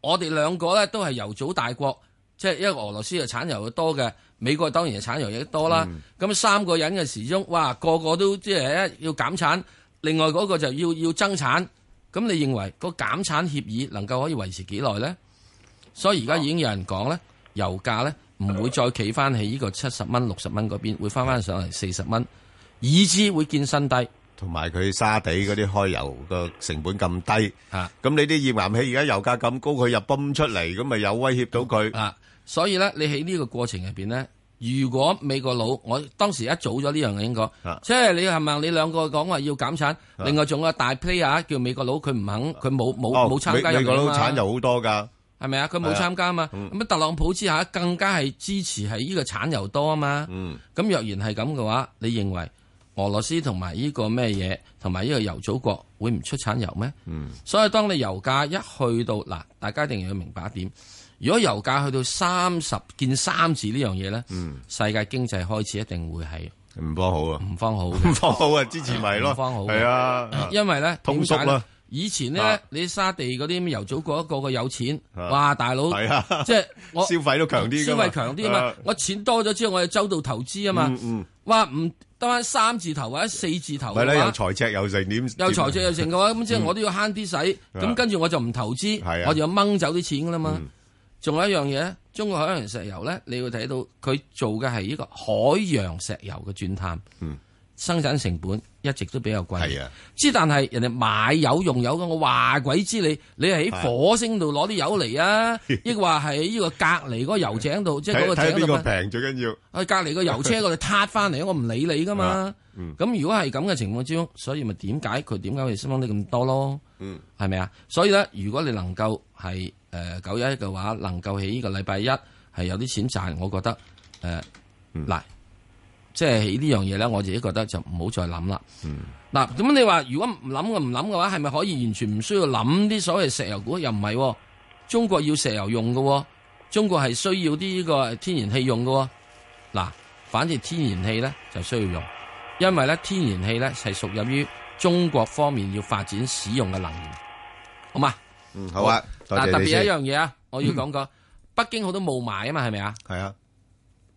Speaker 3: 我哋兩個咧都係油組大國，即係因為俄羅斯就產油多嘅，美國當然係產油亦多啦。咁、三個人嘅時鐘，哇，個個都即係一要減產，另外嗰個就要要增產。咁你認為個減產協議能夠可以維持幾耐咧？所以而家已經有人講咧，油價咧唔會再企翻喺呢個七十蚊、六十蚊嗰邊，會翻翻上嚟四十蚊，以至會見新低。
Speaker 2: 同埋佢沙地嗰啲開油個成本咁低，
Speaker 3: 啊
Speaker 2: 咁你啲頁岩氣而家油價咁高，佢又泵出嚟，咁咪有威脅到佢。
Speaker 3: 啊，所以咧，你喺呢個過程入邊咧，如果美國佬，我當時一早咗呢樣嘢應該，
Speaker 2: 啊
Speaker 3: 即係你係咪你兩個講話要減產，另外仲有一個大 player 叫美國佬，佢唔肯，佢冇冇
Speaker 2: 哦
Speaker 3: 冇參加
Speaker 2: 美
Speaker 3: 入
Speaker 2: 美國
Speaker 3: 嚟
Speaker 2: 佬
Speaker 3: 啊
Speaker 2: 產
Speaker 3: 嘛，
Speaker 2: 油好多㗎，
Speaker 3: 係咪啊？佢
Speaker 2: 係
Speaker 3: 冇
Speaker 2: 啊
Speaker 3: 參加啊嘛，咁、特朗普之下更加係支持係呢個產油多啊嘛。
Speaker 2: 嗯，
Speaker 3: 咁若然係咁嘅話，你認為俄羅斯同埋呢個咩嘢，同埋呢個油祖國會唔出產油咩？嗯，所以當你油價一去到嗱，大家一定要明白一點，如果油價去到三十見三字呢樣嘢咧，嗯，世界經濟開始一定會係
Speaker 2: 唔幫好啊，
Speaker 3: 唔方好
Speaker 2: 唔
Speaker 3: 嘅，
Speaker 2: 幫好啊，支持咪咯，
Speaker 3: 唔方好
Speaker 2: 係啊，
Speaker 3: 因為咧
Speaker 2: 通縮啦
Speaker 3: 點解呢以前咧
Speaker 2: 啊，
Speaker 3: 你沙地嗰啲油祖國一個個有錢，
Speaker 2: 啊
Speaker 3: 哇大佬，
Speaker 2: 係啊
Speaker 3: 即係我
Speaker 2: 消費都強啲
Speaker 3: 消
Speaker 2: 㗎嘛
Speaker 3: 費強啲啊嘛
Speaker 2: 啊，
Speaker 3: 我錢多咗之後，我要周到投資啊嘛。
Speaker 2: 嗯嗯，
Speaker 3: 哇，唔得翻三字頭或者四字頭
Speaker 2: 咪咧
Speaker 3: 嘅
Speaker 2: 又
Speaker 3: 話，
Speaker 2: 財赤又成點？
Speaker 3: 啊有財政又成嘅話，咁即係我都要慳啲使，
Speaker 2: 啊
Speaker 3: 咁跟住我就唔投資
Speaker 2: 係啊，
Speaker 3: 我就要掹走啲錢噶啦嘛
Speaker 2: 嗯。
Speaker 3: 仲有一樣嘢，中國海洋石油咧，你會睇到佢做嘅係呢個海洋石油嘅鑽探
Speaker 2: 嗯，
Speaker 3: 生產成本一直都比較貴。
Speaker 2: 係啊，
Speaker 3: 之但係人哋買油用油嘅，我話鬼知你，你係喺火星度攞啲油嚟 啊，抑或係喺呢個隔離嗰個油井度，即係啊
Speaker 2: 睇
Speaker 3: 嗰個
Speaker 2: 睇下
Speaker 3: 井
Speaker 2: 邊
Speaker 3: 度咩
Speaker 2: 個平最緊要。
Speaker 3: 去隔離個油車嗰度撻翻嚟，我唔理你噶嘛。咁如果係咁嘅情況之中，所以咪點解佢點解會升翻得咁多咯？
Speaker 2: 嗯
Speaker 3: 係咪啊？所以咧，如果你能夠係誒九一一嘅話，能夠喺呢個禮拜一係有啲錢賺，我覺得誒嗱、即係喺呢樣嘢咧，我自己覺得就唔好再諗啦。嗱、咁你話如果唔諗嘅唔諗嘅話，係咪可以完全唔需要諗啲所謂石油股？又唔係、喎，中國要石油用嘅、喎，中國係需要啲呢個天然氣用嘅、喎。嗱，反正天然氣咧就需要用，因為咧天然氣咧係屬入於中國方面要發展使用嘅能源，好嘛？
Speaker 2: 嗯，好啊，多
Speaker 3: 嗱，特
Speaker 2: 謝你
Speaker 3: 別一
Speaker 2: 先。嗯
Speaker 3: 樣嘢啊，我要講講，北京好多霧霾啊嘛，係咪啊？
Speaker 2: 係啊，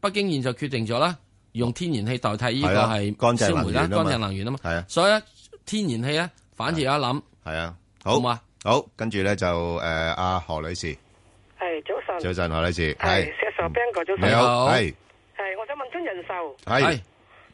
Speaker 3: 北京現在決定咗啦，用天然氣代替呢個
Speaker 2: 係啊
Speaker 3: 係
Speaker 2: 乾
Speaker 3: 燒
Speaker 2: 淨能
Speaker 3: 煤
Speaker 2: 源啊
Speaker 3: 啦，
Speaker 2: 嘛
Speaker 3: 乾淨能源啊嘛，
Speaker 2: 係啊，
Speaker 3: 所以咧天然氣咧反而有一諗，
Speaker 2: 係啊，
Speaker 3: 好
Speaker 2: 好，
Speaker 3: 嘛？
Speaker 2: 好，跟住咧就誒阿何女士，
Speaker 5: 係
Speaker 2: 早
Speaker 5: 早晨，
Speaker 2: 晨何女士，
Speaker 5: 係
Speaker 2: 係嗯
Speaker 5: 石 Sir Ben 哥早
Speaker 2: 你
Speaker 5: 晨，
Speaker 2: 好，
Speaker 3: 好
Speaker 2: 係
Speaker 5: 係我想問中人壽
Speaker 2: 係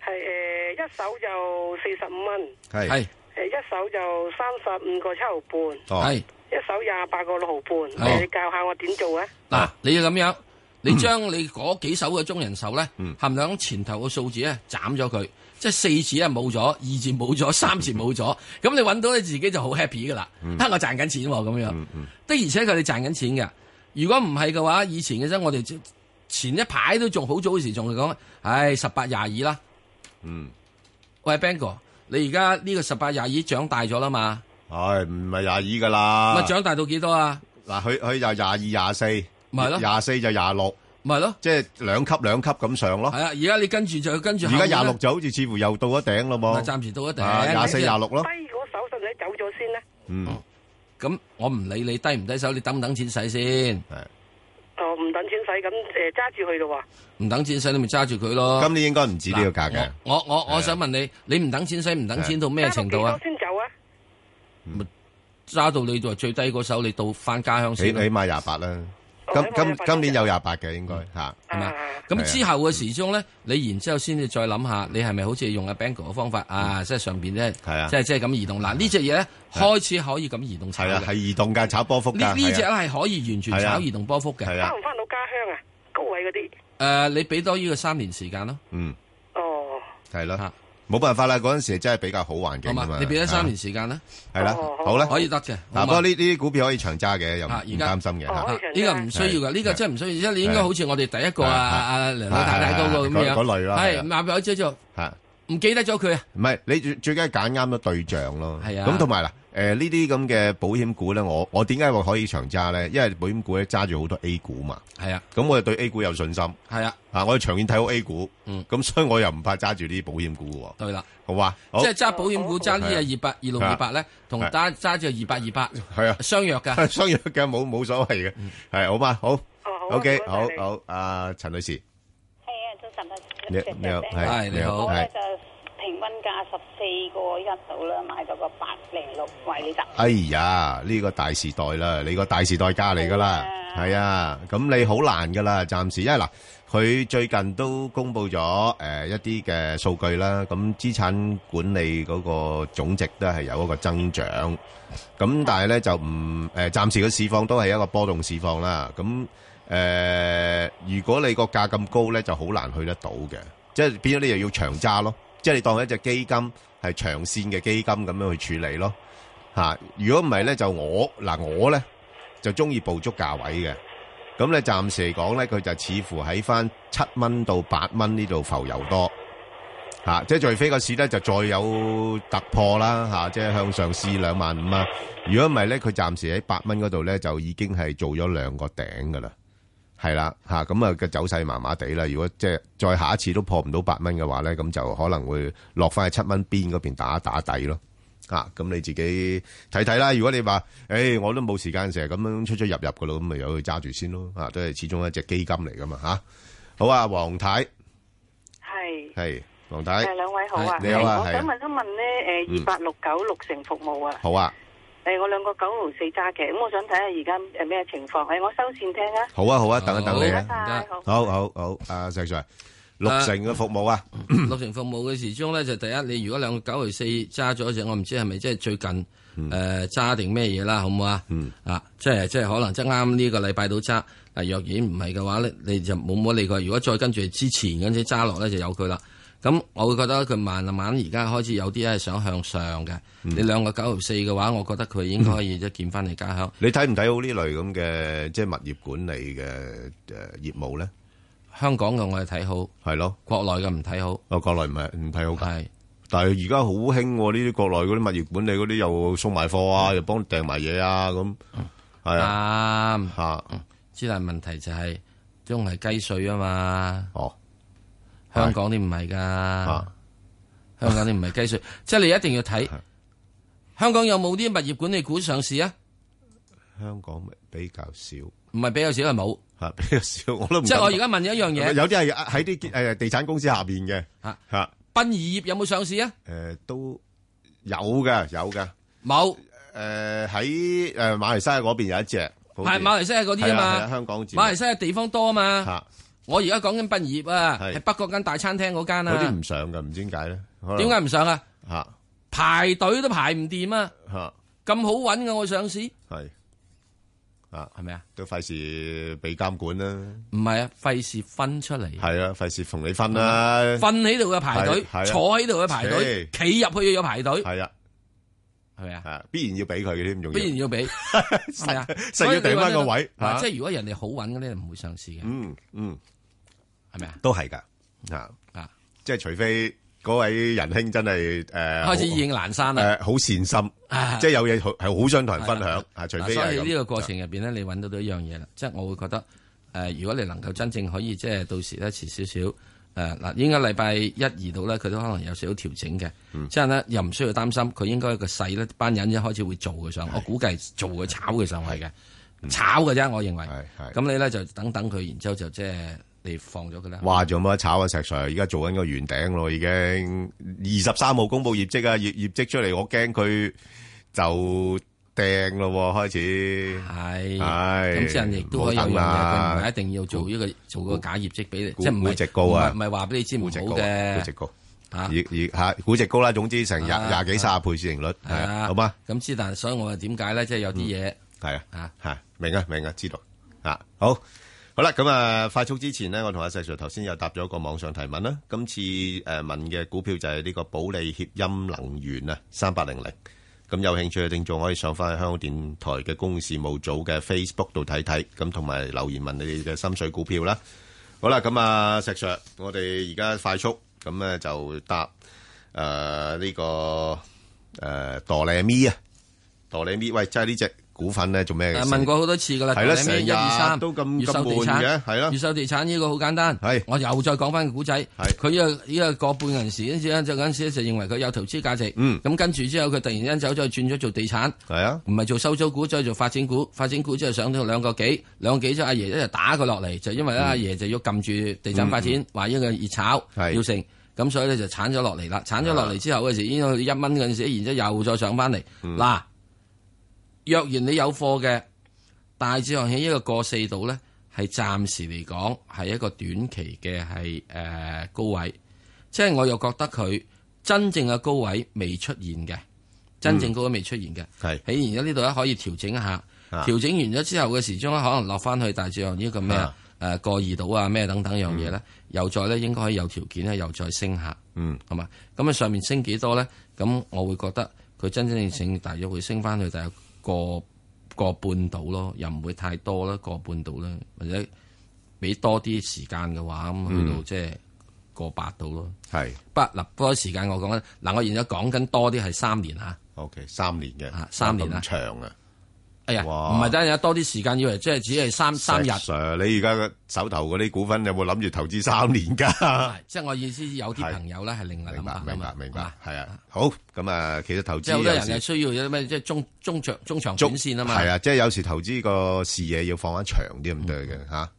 Speaker 5: 係誒一手就四十五蚊，
Speaker 2: 係
Speaker 3: 係
Speaker 5: 誒一手就三十五個七毫半，
Speaker 2: 哦
Speaker 3: 係。
Speaker 5: 一手廿八個六毫
Speaker 3: 係
Speaker 5: 半，你教下我點做啊？
Speaker 3: 嗱，你要咁樣，你將你嗰幾手嘅中人手咧
Speaker 2: 嗯，
Speaker 3: 含兩前頭嘅數字咧斬咗佢，即係四字啊冇咗，二字冇 咗，三字冇咗，咁你揾到你自己就好 happy 噶啦，
Speaker 2: 嗯
Speaker 3: 啊我賺緊錢喎咁樣，的而且確你賺緊錢嘅。如果唔係嘅話，以前嘅啫，我哋前一排都仲好早嗰時仲係講，唉十八廿二啦，
Speaker 2: 嗯，
Speaker 3: 喂 Bang 哥，你而家呢個十八廿二長大咗啦嘛，
Speaker 2: 唉，唔係廿二噶啦，
Speaker 3: 咪長大到幾多啊？
Speaker 2: 嗱，佢佢就廿二廿四，
Speaker 3: 咪係咯
Speaker 2: 廿四就廿六，
Speaker 3: 咪係咯，
Speaker 2: 即係兩級兩級咁上咯
Speaker 3: 係。啊，而家你跟住就跟住後
Speaker 2: 哦而家
Speaker 3: 面啦，
Speaker 2: 廿六就好似似乎又到咗頂咯
Speaker 3: 咪
Speaker 2: 噃，
Speaker 3: 暫時到一定
Speaker 2: 啊廿四廿六咯，
Speaker 5: 低嗰手使唔使走咗先咧？
Speaker 2: 嗯，
Speaker 3: 咁我唔理你低唔低手，你等唔等錢使先？
Speaker 2: 係。
Speaker 5: 哦，唔等錢使咁誒揸住佢咯
Speaker 3: 唔等錢使，你咪揸住佢咯。
Speaker 2: 今年應該唔止呢個價啊嘅
Speaker 3: 嗱，我我我我想問你，你唔等錢使，唔等錢到
Speaker 5: 喎，
Speaker 3: 咩程度啊
Speaker 5: 揸到幾多？先走啊？
Speaker 3: 揸到你就最低嗰手，你到翻家鄉
Speaker 2: 起起
Speaker 3: 先咯，
Speaker 2: 碼廿八啦。
Speaker 5: 哦
Speaker 2: 今
Speaker 5: 起碼
Speaker 2: 今
Speaker 5: 28
Speaker 2: 今年有廿八嘅應該嚇，
Speaker 3: 係嘛
Speaker 2: 係
Speaker 5: 啊？
Speaker 2: 啊
Speaker 3: 咁之後嘅時鐘咧，你然之後先至再諗下，你係咪好似用阿 Bang 哥嘅方法啊？即係上邊咧，
Speaker 2: 嗯係啊啊
Speaker 3: 即係即係咁移動。嗱呢只嘢咧，開始可以咁移動炒
Speaker 2: 係啊，係
Speaker 3: 嘅。
Speaker 2: 移動價炒波幅
Speaker 3: 呢
Speaker 2: 㗎，
Speaker 3: 呢只
Speaker 2: 係啊
Speaker 3: 係可以完全
Speaker 2: 係啊
Speaker 3: 炒移動波幅嘅。
Speaker 2: 係啊
Speaker 5: 翻，唔翻到家鄉啊？高位嗰啲，
Speaker 3: 誒，你俾多呢個三年時間咯，
Speaker 2: 嗯，
Speaker 5: 哦，
Speaker 2: 係
Speaker 3: 嚇
Speaker 2: 咯，冇辦法啦，嗰陣時真係比較好環境
Speaker 3: 好
Speaker 2: 啊
Speaker 3: 嘛
Speaker 2: 嘛，？
Speaker 3: 你俾多三
Speaker 2: 嚇
Speaker 3: 年時間啦，
Speaker 2: 係啦，
Speaker 5: 哦
Speaker 2: 好啦，
Speaker 3: 可以得嘅。
Speaker 2: 嗱，
Speaker 3: 好嘛
Speaker 2: 不過呢呢啲股票可以長揸嘅，又唔
Speaker 3: 啊
Speaker 2: 唔
Speaker 3: 而家
Speaker 2: 擔心嘅
Speaker 5: 哦
Speaker 2: 嚇。
Speaker 3: 啊呢個唔需要噶，呢個真係唔需要，即係你應該好似我哋第一個啊
Speaker 2: 係
Speaker 3: 啊啊梁老太太嗰個咁
Speaker 2: 係係係
Speaker 3: 樣，
Speaker 2: 嗰嗰類啦係
Speaker 3: 係
Speaker 2: 啊
Speaker 3: 買咗之後
Speaker 2: 嚇
Speaker 3: 就唔記得咗佢啊，
Speaker 2: 唔係，你最最緊係揀啱咗對象咯。
Speaker 3: 係啊
Speaker 2: 咁同埋嗱，誒呢啲咁嘅保險股咧，我我點解話可以長揸咧？因為保險股咧揸住好多 A 股嘛，
Speaker 3: 係啊
Speaker 2: 咁我哋對 A 股有信心
Speaker 3: 係啊，
Speaker 2: 啊，我哋長遠睇好 A 股，
Speaker 3: 嗯
Speaker 2: 咁所以我又唔怕揸住呢啲保險股喎，
Speaker 3: 對啦，
Speaker 2: 好嘛？好
Speaker 3: 即係揸保險股揸呢
Speaker 2: 係啊
Speaker 3: 隻二百二六二八咧，同
Speaker 2: 係
Speaker 3: 揸揸住二百二八
Speaker 2: 係
Speaker 3: 相約噶
Speaker 2: 啊，， 商業嘅冇冇所謂
Speaker 3: 嗯
Speaker 2: 嘅，係好嘛？好
Speaker 5: 哦好啊
Speaker 2: ，OK，
Speaker 5: 唔該
Speaker 2: 好
Speaker 5: 晒你
Speaker 2: 好，阿陳女士，
Speaker 7: 係啊，早晨啊，
Speaker 2: 你你好，係
Speaker 3: 係你好
Speaker 7: 我
Speaker 2: 係
Speaker 7: 咧就平均價八十四個一度啦，買咗個八零六位呢集。
Speaker 2: 哎呀，呢、個大時代啦，你個大時代家嚟噶啦，係啊，咁你好難噶啦，暫時，因為嗱，佢最近都公布咗誒、呃一啲嘅數據啦，咁資產管理嗰個總值都係有一個增長，咁但係咧就唔誒、呃，暫時個市況都係一個波動市況啦，咁誒、呃如果你個價咁高咧，就好難去得到嘅，即係變咗你又要長揸咯，即係你當係一隻基金係長線嘅基金咁樣去處理咯。吓，如果唔係咧，就我嗱我咧就中意捕捉價位嘅。咁咧暫時嚟講咧，佢就似乎喺翻七蚊到八蚊呢度浮游多。吓、即係除非個市咧就再有突破啦，吓、即係向上試兩萬五啊。如果唔係咧，佢暫時喺八蚊嗰度咧就已經係做咗兩個頂噶啦，係啦，吓咁啊個走勢麻麻地啦。如果即係再下一次都破唔到八蚊嘅話咧，咁就可能會落翻去七蚊邊嗰邊打一打底咯。啊，咁你自己睇睇啦。如果你話，诶、我都冇時間成日咁樣出出入入噶咯，咁咪由佢揸住先咯。啊，都係始終一隻基金嚟噶嘛，吓、好啊，黃太
Speaker 8: 系
Speaker 2: 係黃太，
Speaker 8: 诶，两位好啊，
Speaker 2: 係你好啊
Speaker 8: 我
Speaker 2: 係啊
Speaker 8: 想問一問咧，
Speaker 2: 嗯
Speaker 8: 誒二八六九六成服務啊，
Speaker 2: 好啊，
Speaker 8: 誒我兩個九毫四揸嘅，咁我想睇下而家誒咩情況，誒我收線聽啊，
Speaker 2: 好啊，好啊，等一等你啊。
Speaker 8: 拜好。
Speaker 2: 好好好，啊石 Sir，六
Speaker 3: 啊
Speaker 2: 成嘅服務啊，
Speaker 3: 六成服務嘅時鐘咧，就第一，你如果兩個九毫四揸咗只，我唔知係咪即係最近
Speaker 2: 嗯
Speaker 3: 誒揸定咩嘢啦，好唔好啊？啊，即係即係可能即係啱呢個禮拜到揸。啊，若然唔係嘅話咧，你就冇冇理佢。如果再跟住之前嗰陣揸落咧，就有佢啦。咁我會覺得佢慢慢而家開始有啲係想向上嘅。
Speaker 2: 嗯
Speaker 3: 你兩個九毫四嘅話，我覺得佢應該可以即係見翻你家鄉。
Speaker 2: 你睇唔睇好呢類咁嘅即係物業管理嘅诶业务咧？
Speaker 3: 香港嘅我係睇好，
Speaker 2: 係咯，
Speaker 3: 國內嘅唔睇好，
Speaker 2: 我國內唔係唔睇好㗎。
Speaker 3: 係。
Speaker 2: 但係而家好興喎，呢啲國內嗰啲物業管理嗰啲又送埋貨啊，又幫你訂埋嘢啊，咁係啊
Speaker 3: 啱。
Speaker 2: 吓
Speaker 3: 之但問題就係、都係雞碎啊嘛，
Speaker 2: 哦。
Speaker 3: 香港啲唔係㗎，香港啲唔係 雞碎，即係你一定要睇香港有冇啲物業管理股上市啊？
Speaker 2: 香港比較少
Speaker 3: 唔係比較少係冇，
Speaker 2: 嚇， 比較少，我都唔
Speaker 3: 即係我而
Speaker 2: 敢
Speaker 3: 家問你一樣嘢，啊
Speaker 2: 有啲係喺啲誒地產公司下邊嘅
Speaker 3: 嚇
Speaker 2: 嚇
Speaker 3: 殯儀業有冇上市啊？
Speaker 2: 誒都有嘅，有嘅
Speaker 3: 冇，
Speaker 2: 誒喺誒馬來西亞嗰邊有一隻，好似
Speaker 3: 係馬來西亞嗰啲啊
Speaker 2: 係啊係啊
Speaker 3: 嘛，
Speaker 2: 香港字
Speaker 3: 馬來西亞地方多啊嘛。
Speaker 2: 嚇
Speaker 3: 我而家講緊殯儀業啊，
Speaker 2: 係
Speaker 3: 係北角間大餐廳嗰間
Speaker 2: 嗰啲
Speaker 3: 啊，
Speaker 2: 唔上嘅，唔知點解咧？
Speaker 3: 點解唔上啊？
Speaker 2: 嚇
Speaker 3: 排隊都排唔掂啊！
Speaker 2: 嚇
Speaker 3: 咁好揾嘅我上市係
Speaker 2: 係啊，
Speaker 3: 咪啊？
Speaker 2: 都費事俾監管啦，
Speaker 3: 唔係啊，費事分出嚟。
Speaker 2: 係啊，費事同你分啦，
Speaker 3: 瞓喺度嘅排隊，
Speaker 2: 係係啊
Speaker 3: 坐喺度嘅排隊，企入去要排隊，
Speaker 2: 係啊
Speaker 3: 係咪
Speaker 2: 係
Speaker 3: 啊？
Speaker 2: 啊，必然要俾佢嘅添，仲要
Speaker 3: 必然要 俾，係啊，
Speaker 2: 實要頂返個位
Speaker 3: 嗱
Speaker 2: 嚇
Speaker 3: 即係如果人哋好揾嗰啲，唔會上市嘅，
Speaker 2: 嗯嗯。
Speaker 3: 係咪啊？
Speaker 2: 都係㗎，啊
Speaker 3: 啊，
Speaker 2: 即係除非嗰位仁兄真係诶
Speaker 3: 開始意興闌珊啦，
Speaker 2: 诶好善心，
Speaker 3: 啊
Speaker 2: 即係有嘢好係好想同人分
Speaker 3: 係
Speaker 2: 享
Speaker 3: 啦
Speaker 2: 啊，除
Speaker 3: 嗱
Speaker 2: 非
Speaker 3: 所
Speaker 2: 係
Speaker 3: 以
Speaker 2: 咁
Speaker 3: 呢個過程入邊咧，你揾到到一樣嘢啦，即係我會覺得誒，如果你能夠真正可以即係到時咧遲少少。誒嗱，應該禮拜一二度咧，佢都可能有少少調整嘅，
Speaker 2: 嗯
Speaker 3: 即係咧又唔需要擔心，佢應該個勢咧班人一開始會做佢上，我估計做佢炒佢上去嘅，炒嘅啫，我認為。
Speaker 2: 嗯係係
Speaker 3: 咁你咧就等等佢，然之後就即係你放咗佢啦。
Speaker 2: 哇，仲有冇得炒啊？石 Sir，而家做緊個圓頂咯，已經二十三號公佈業績啊，業业绩出嚟，我驚佢就掟咯喎，開始
Speaker 3: 係，
Speaker 2: 係
Speaker 3: 咁之人亦都可以有
Speaker 2: 冇
Speaker 3: 樣
Speaker 2: 得
Speaker 3: 嘢，佢
Speaker 2: 啦
Speaker 3: 唔係一定要做呢個做個假業績俾你，
Speaker 2: 估
Speaker 3: 即係唔
Speaker 2: 估
Speaker 3: 係
Speaker 2: 值高啊
Speaker 3: 唔係唔係話俾你知唔好
Speaker 2: 估值高啊，估值
Speaker 3: 嘅
Speaker 2: 高，
Speaker 3: 嚇
Speaker 2: 以以吓估值高啦，總之成廿
Speaker 3: 啊
Speaker 2: 廿几卅倍市盈率，係啊，好嘛？？
Speaker 3: 咁之但，所以我話點解咧，即係有啲嘢
Speaker 2: 係啊。
Speaker 3: 啊，
Speaker 2: 吓，明啊，明啊，知道啊，好，好啦，咁啊，快速之前呢，我同阿石 Sir 頭先又答咗一個網上提問啦。今次诶问嘅股票就係呢個保利協鑫能源啊，三八零零。咁有興趣嘅聽眾可以上翻去香港電台嘅公共事務組嘅 Facebook 度睇睇，咁同埋留言問你哋嘅心水股票啦。好啦，咁啊，石 Sir，我哋而家快速咁咧就答诶呢、個诶哆唻咪啊，哆唻咪，喂，真係呢只股份咧做咩嘅
Speaker 3: 誒
Speaker 2: 事？
Speaker 3: 啊問過好多次噶啦，
Speaker 2: 係啦
Speaker 3: 同你咩
Speaker 2: 成日
Speaker 3: 一二三
Speaker 2: 都咁
Speaker 3: 越秀地
Speaker 2: 咁悶
Speaker 3: 產
Speaker 2: 嘅係啦
Speaker 3: 越秀地產呢個好簡單，
Speaker 2: 係
Speaker 3: 我又再講翻個古仔，
Speaker 2: 係
Speaker 3: 佢呢個呢個個半銀時嗰陣就嗰陣時就認為佢有投資價值，
Speaker 2: 嗯
Speaker 3: 咁跟住之後佢突然之間走咗去轉咗做地產。
Speaker 2: 係啊。
Speaker 3: 唔係做收租股，再做發展股。發展股之後上到兩個幾，兩個幾之後阿爺咧就打佢落嚟，就因為咧阿爺就要撳住地產發展，話呢個熱炒
Speaker 2: 係
Speaker 3: 要成。咁所以咧就鏟咗落嚟啦，鏟咗落嚟之後嘅時已經有一蚊嗰陣時，然之後又再上翻嚟。嗱、若然你有貨嘅，大致上喺一個過四度咧，係暫時嚟講係一個短期嘅係誒高位，即係我又覺得佢真正嘅高位未出現嘅，真正高位未出現嘅，
Speaker 2: 係
Speaker 3: 哎喺而家呢度咧可以調整一下，
Speaker 2: 啊
Speaker 3: 調整完咗之後嘅時鐘可能落翻去大致上呢個咩啊
Speaker 2: 啊
Speaker 3: 誒過二度啊咩等等樣嘢咧，又再咧應該可以有條件咧又再升下。
Speaker 2: 嗯，
Speaker 3: 係嘛？咁啊上面升幾多咧？咁我會覺得佢真真正正大約會升翻去大約個個半度咯，又唔會太多啦，個半度啦，或者俾多啲時間嘅話，
Speaker 2: 嗯
Speaker 3: 咁去到即係個八度咯。
Speaker 2: 係
Speaker 3: 不嗱，嗰個時間我講緊嗱，我而家講緊多啲係三年啊嚇。
Speaker 2: ，OK，三年嘅
Speaker 3: 啊，三年啊
Speaker 2: 咁長啊，
Speaker 3: 哎呀，
Speaker 2: 哇
Speaker 3: 唔係等陣有多啲時間，以為即係只係三三日，
Speaker 2: 石 Sir，你而家手頭嗰啲股份有冇諗住投資三年㗎？
Speaker 3: 即係我意思有啲
Speaker 2: 係
Speaker 3: 朋友咧係另外
Speaker 2: 明
Speaker 3: 諗
Speaker 2: 白，
Speaker 3: 法
Speaker 2: 明白，
Speaker 3: 啊嘛
Speaker 2: 明白
Speaker 3: 啊，
Speaker 2: 係啊，好，咁啊，其實投
Speaker 3: 即
Speaker 2: 資
Speaker 3: 係好多
Speaker 2: 有
Speaker 3: 人係
Speaker 2: 時
Speaker 3: 需要有啲咩即係中中長中長
Speaker 2: 足
Speaker 3: 短線啊嘛。
Speaker 2: 係啊，即係有時投資個視野要放得長啲咁對嘅吓。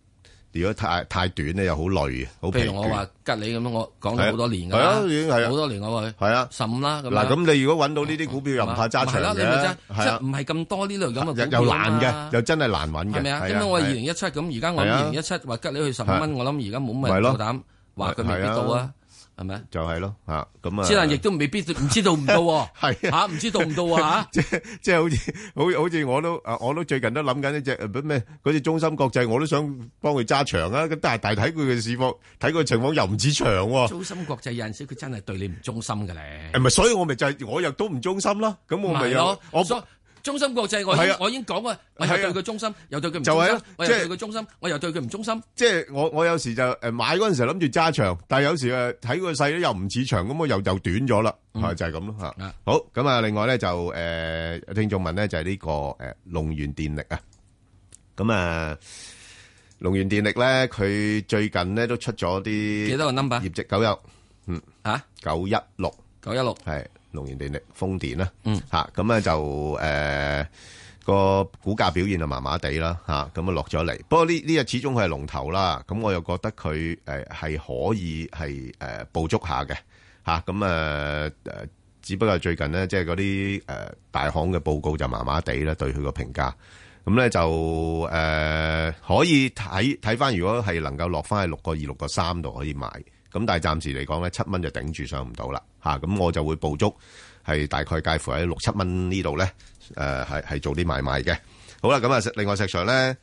Speaker 2: 如果太太短咧，又好累，好疲
Speaker 3: 嗯譬如我
Speaker 2: 倦
Speaker 3: 話。吉你咁樣，我講咗好多年㗎
Speaker 2: 係啊
Speaker 3: 啦，
Speaker 2: 已經係啊
Speaker 3: 好多年我話
Speaker 2: 係啊
Speaker 3: 十五啦咁樣。哦
Speaker 2: 嗱，咁你如果揾到呢啲股票又唔怕揸
Speaker 3: 係啦
Speaker 2: 長
Speaker 3: 你咪真
Speaker 2: 嘅，
Speaker 3: 即
Speaker 2: 係啊
Speaker 3: 係唔，係咁多呢類咁嘅股
Speaker 2: 又
Speaker 3: 票
Speaker 2: 又難
Speaker 3: 難
Speaker 2: 嘅，又真係難揾嘅。
Speaker 3: 啊係咪啊？
Speaker 2: 係
Speaker 3: 點解我
Speaker 2: 係
Speaker 3: 二零一七咁？而家我
Speaker 2: 係啊
Speaker 3: 二零一七話吉你去十五
Speaker 2: 係
Speaker 3: 蚊，我諗而家冇乜
Speaker 2: 咪
Speaker 3: 人
Speaker 2: 咯
Speaker 3: 夠膽話佢未必
Speaker 2: 係啊
Speaker 3: 到啊，係咪？
Speaker 2: 就係咯嚇，咁啊，
Speaker 3: 之但亦都未必唔知道唔到 喎，
Speaker 2: 係
Speaker 3: 嚇
Speaker 2: 啊
Speaker 3: 唔知道唔到啊
Speaker 2: 即即係好似好好似我都啊，我都最近都諗緊呢只呃咩嗰只中心國際，我都想幫佢揸長啊。咁但係但係睇佢嘅市況，睇佢情況又唔似長
Speaker 3: 嚇！
Speaker 2: 喎。
Speaker 3: 中心國際有陣時佢真係對你唔忠心嘅咧
Speaker 2: 誒，咪所以我咪就係我又都唔忠心啦。咁我咪
Speaker 3: 咪
Speaker 2: 有
Speaker 3: 咯，
Speaker 2: 我
Speaker 3: 所以中心國際我已
Speaker 2: 係
Speaker 3: 經
Speaker 2: 啊
Speaker 3: 我已經講過，我又
Speaker 2: 係啊
Speaker 3: 對佢忠心，又對佢唔
Speaker 2: 就
Speaker 3: 忠
Speaker 2: 係
Speaker 3: 心
Speaker 2: 啊，
Speaker 3: 我又
Speaker 2: 即係
Speaker 3: 對佢忠心，我又對佢唔忠心。
Speaker 2: 即係我我有時就誒買嗰陣時諗住揸長，但係有時誒睇個勢咧又唔似長，咁我又又短咗啦，係就係咁咯嚇
Speaker 3: 啊。
Speaker 2: 好咁啊，另外咧就誒有聽眾問咧就係呢個誒龍源電力啊，咁啊龍源電力咧佢最近咧都出咗啲
Speaker 3: 幾
Speaker 2: 幾
Speaker 3: 多個啊 number
Speaker 2: 業績九一
Speaker 3: 嚇？
Speaker 2: 九一六。
Speaker 3: 九一六
Speaker 2: 系龍源電力、風電啦，
Speaker 3: 嗯
Speaker 2: 吓咁咧就誒個股價表現就麻麻地啦，吓咁啊落咗嚟。不過呢呢日始終佢係龍頭啦，咁我又覺得佢誒係可以係誒、呃、捕捉下嘅，吓咁誒誒，只不過係最近咧即係嗰啲誒大行嘅報告就麻麻地啦，對佢個評價。咁咧就誒、呃可以睇睇翻，如果係能夠落翻去六個二、六個三度可以買。咁但係暫時嚟講咧，七蚊就頂住上唔到啦嚇。咁、我就會捕捉係大概介乎喺六七蚊呢度咧，誒係係做啲買賣嘅。好啦，咁啊，另外石 Sir 咧，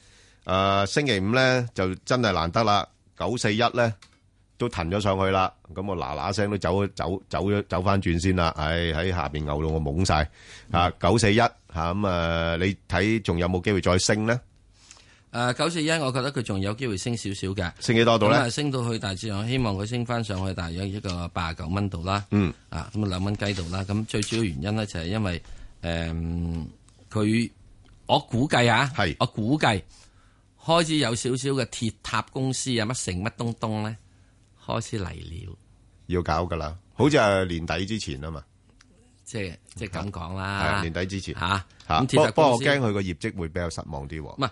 Speaker 2: 誒、星期五咧就真係難得啦，九四一咧都騰咗上去啦。咁我嗱嗱聲都走走走咗走翻轉先啦。唉、喺下邊牛到我懵晒啊！九四一嚇咁啊，你睇仲有冇機會再升咧？
Speaker 3: 誒九四一，我覺得佢仲有機會升少少嘅。
Speaker 2: 升幾多度
Speaker 3: 咁啊，
Speaker 2: 咧？
Speaker 3: 升到去大致上，希望佢升翻上去大約一個八十九蚊度啦。
Speaker 2: 嗯，
Speaker 3: 啊，咁啊兩蚊雞度啦。咁最主要原因咧就係因為誒佢、我估計啊，
Speaker 2: 係
Speaker 3: 我估計開始有少少嘅鐵塔公司啊，乜成乜東東咧開始嚟了，
Speaker 2: 要搞噶啦，好似係年底之前啊嘛。
Speaker 3: 即係即係咁講
Speaker 2: 係啊
Speaker 3: 啦。
Speaker 2: 年底之前
Speaker 3: 嚇，
Speaker 2: 吓，
Speaker 3: 咁
Speaker 2: 不
Speaker 3: 鐵塔
Speaker 2: 不過
Speaker 3: 公
Speaker 2: 我
Speaker 3: 司
Speaker 2: 驚佢個業績會比較失望啲喎。
Speaker 3: 唔係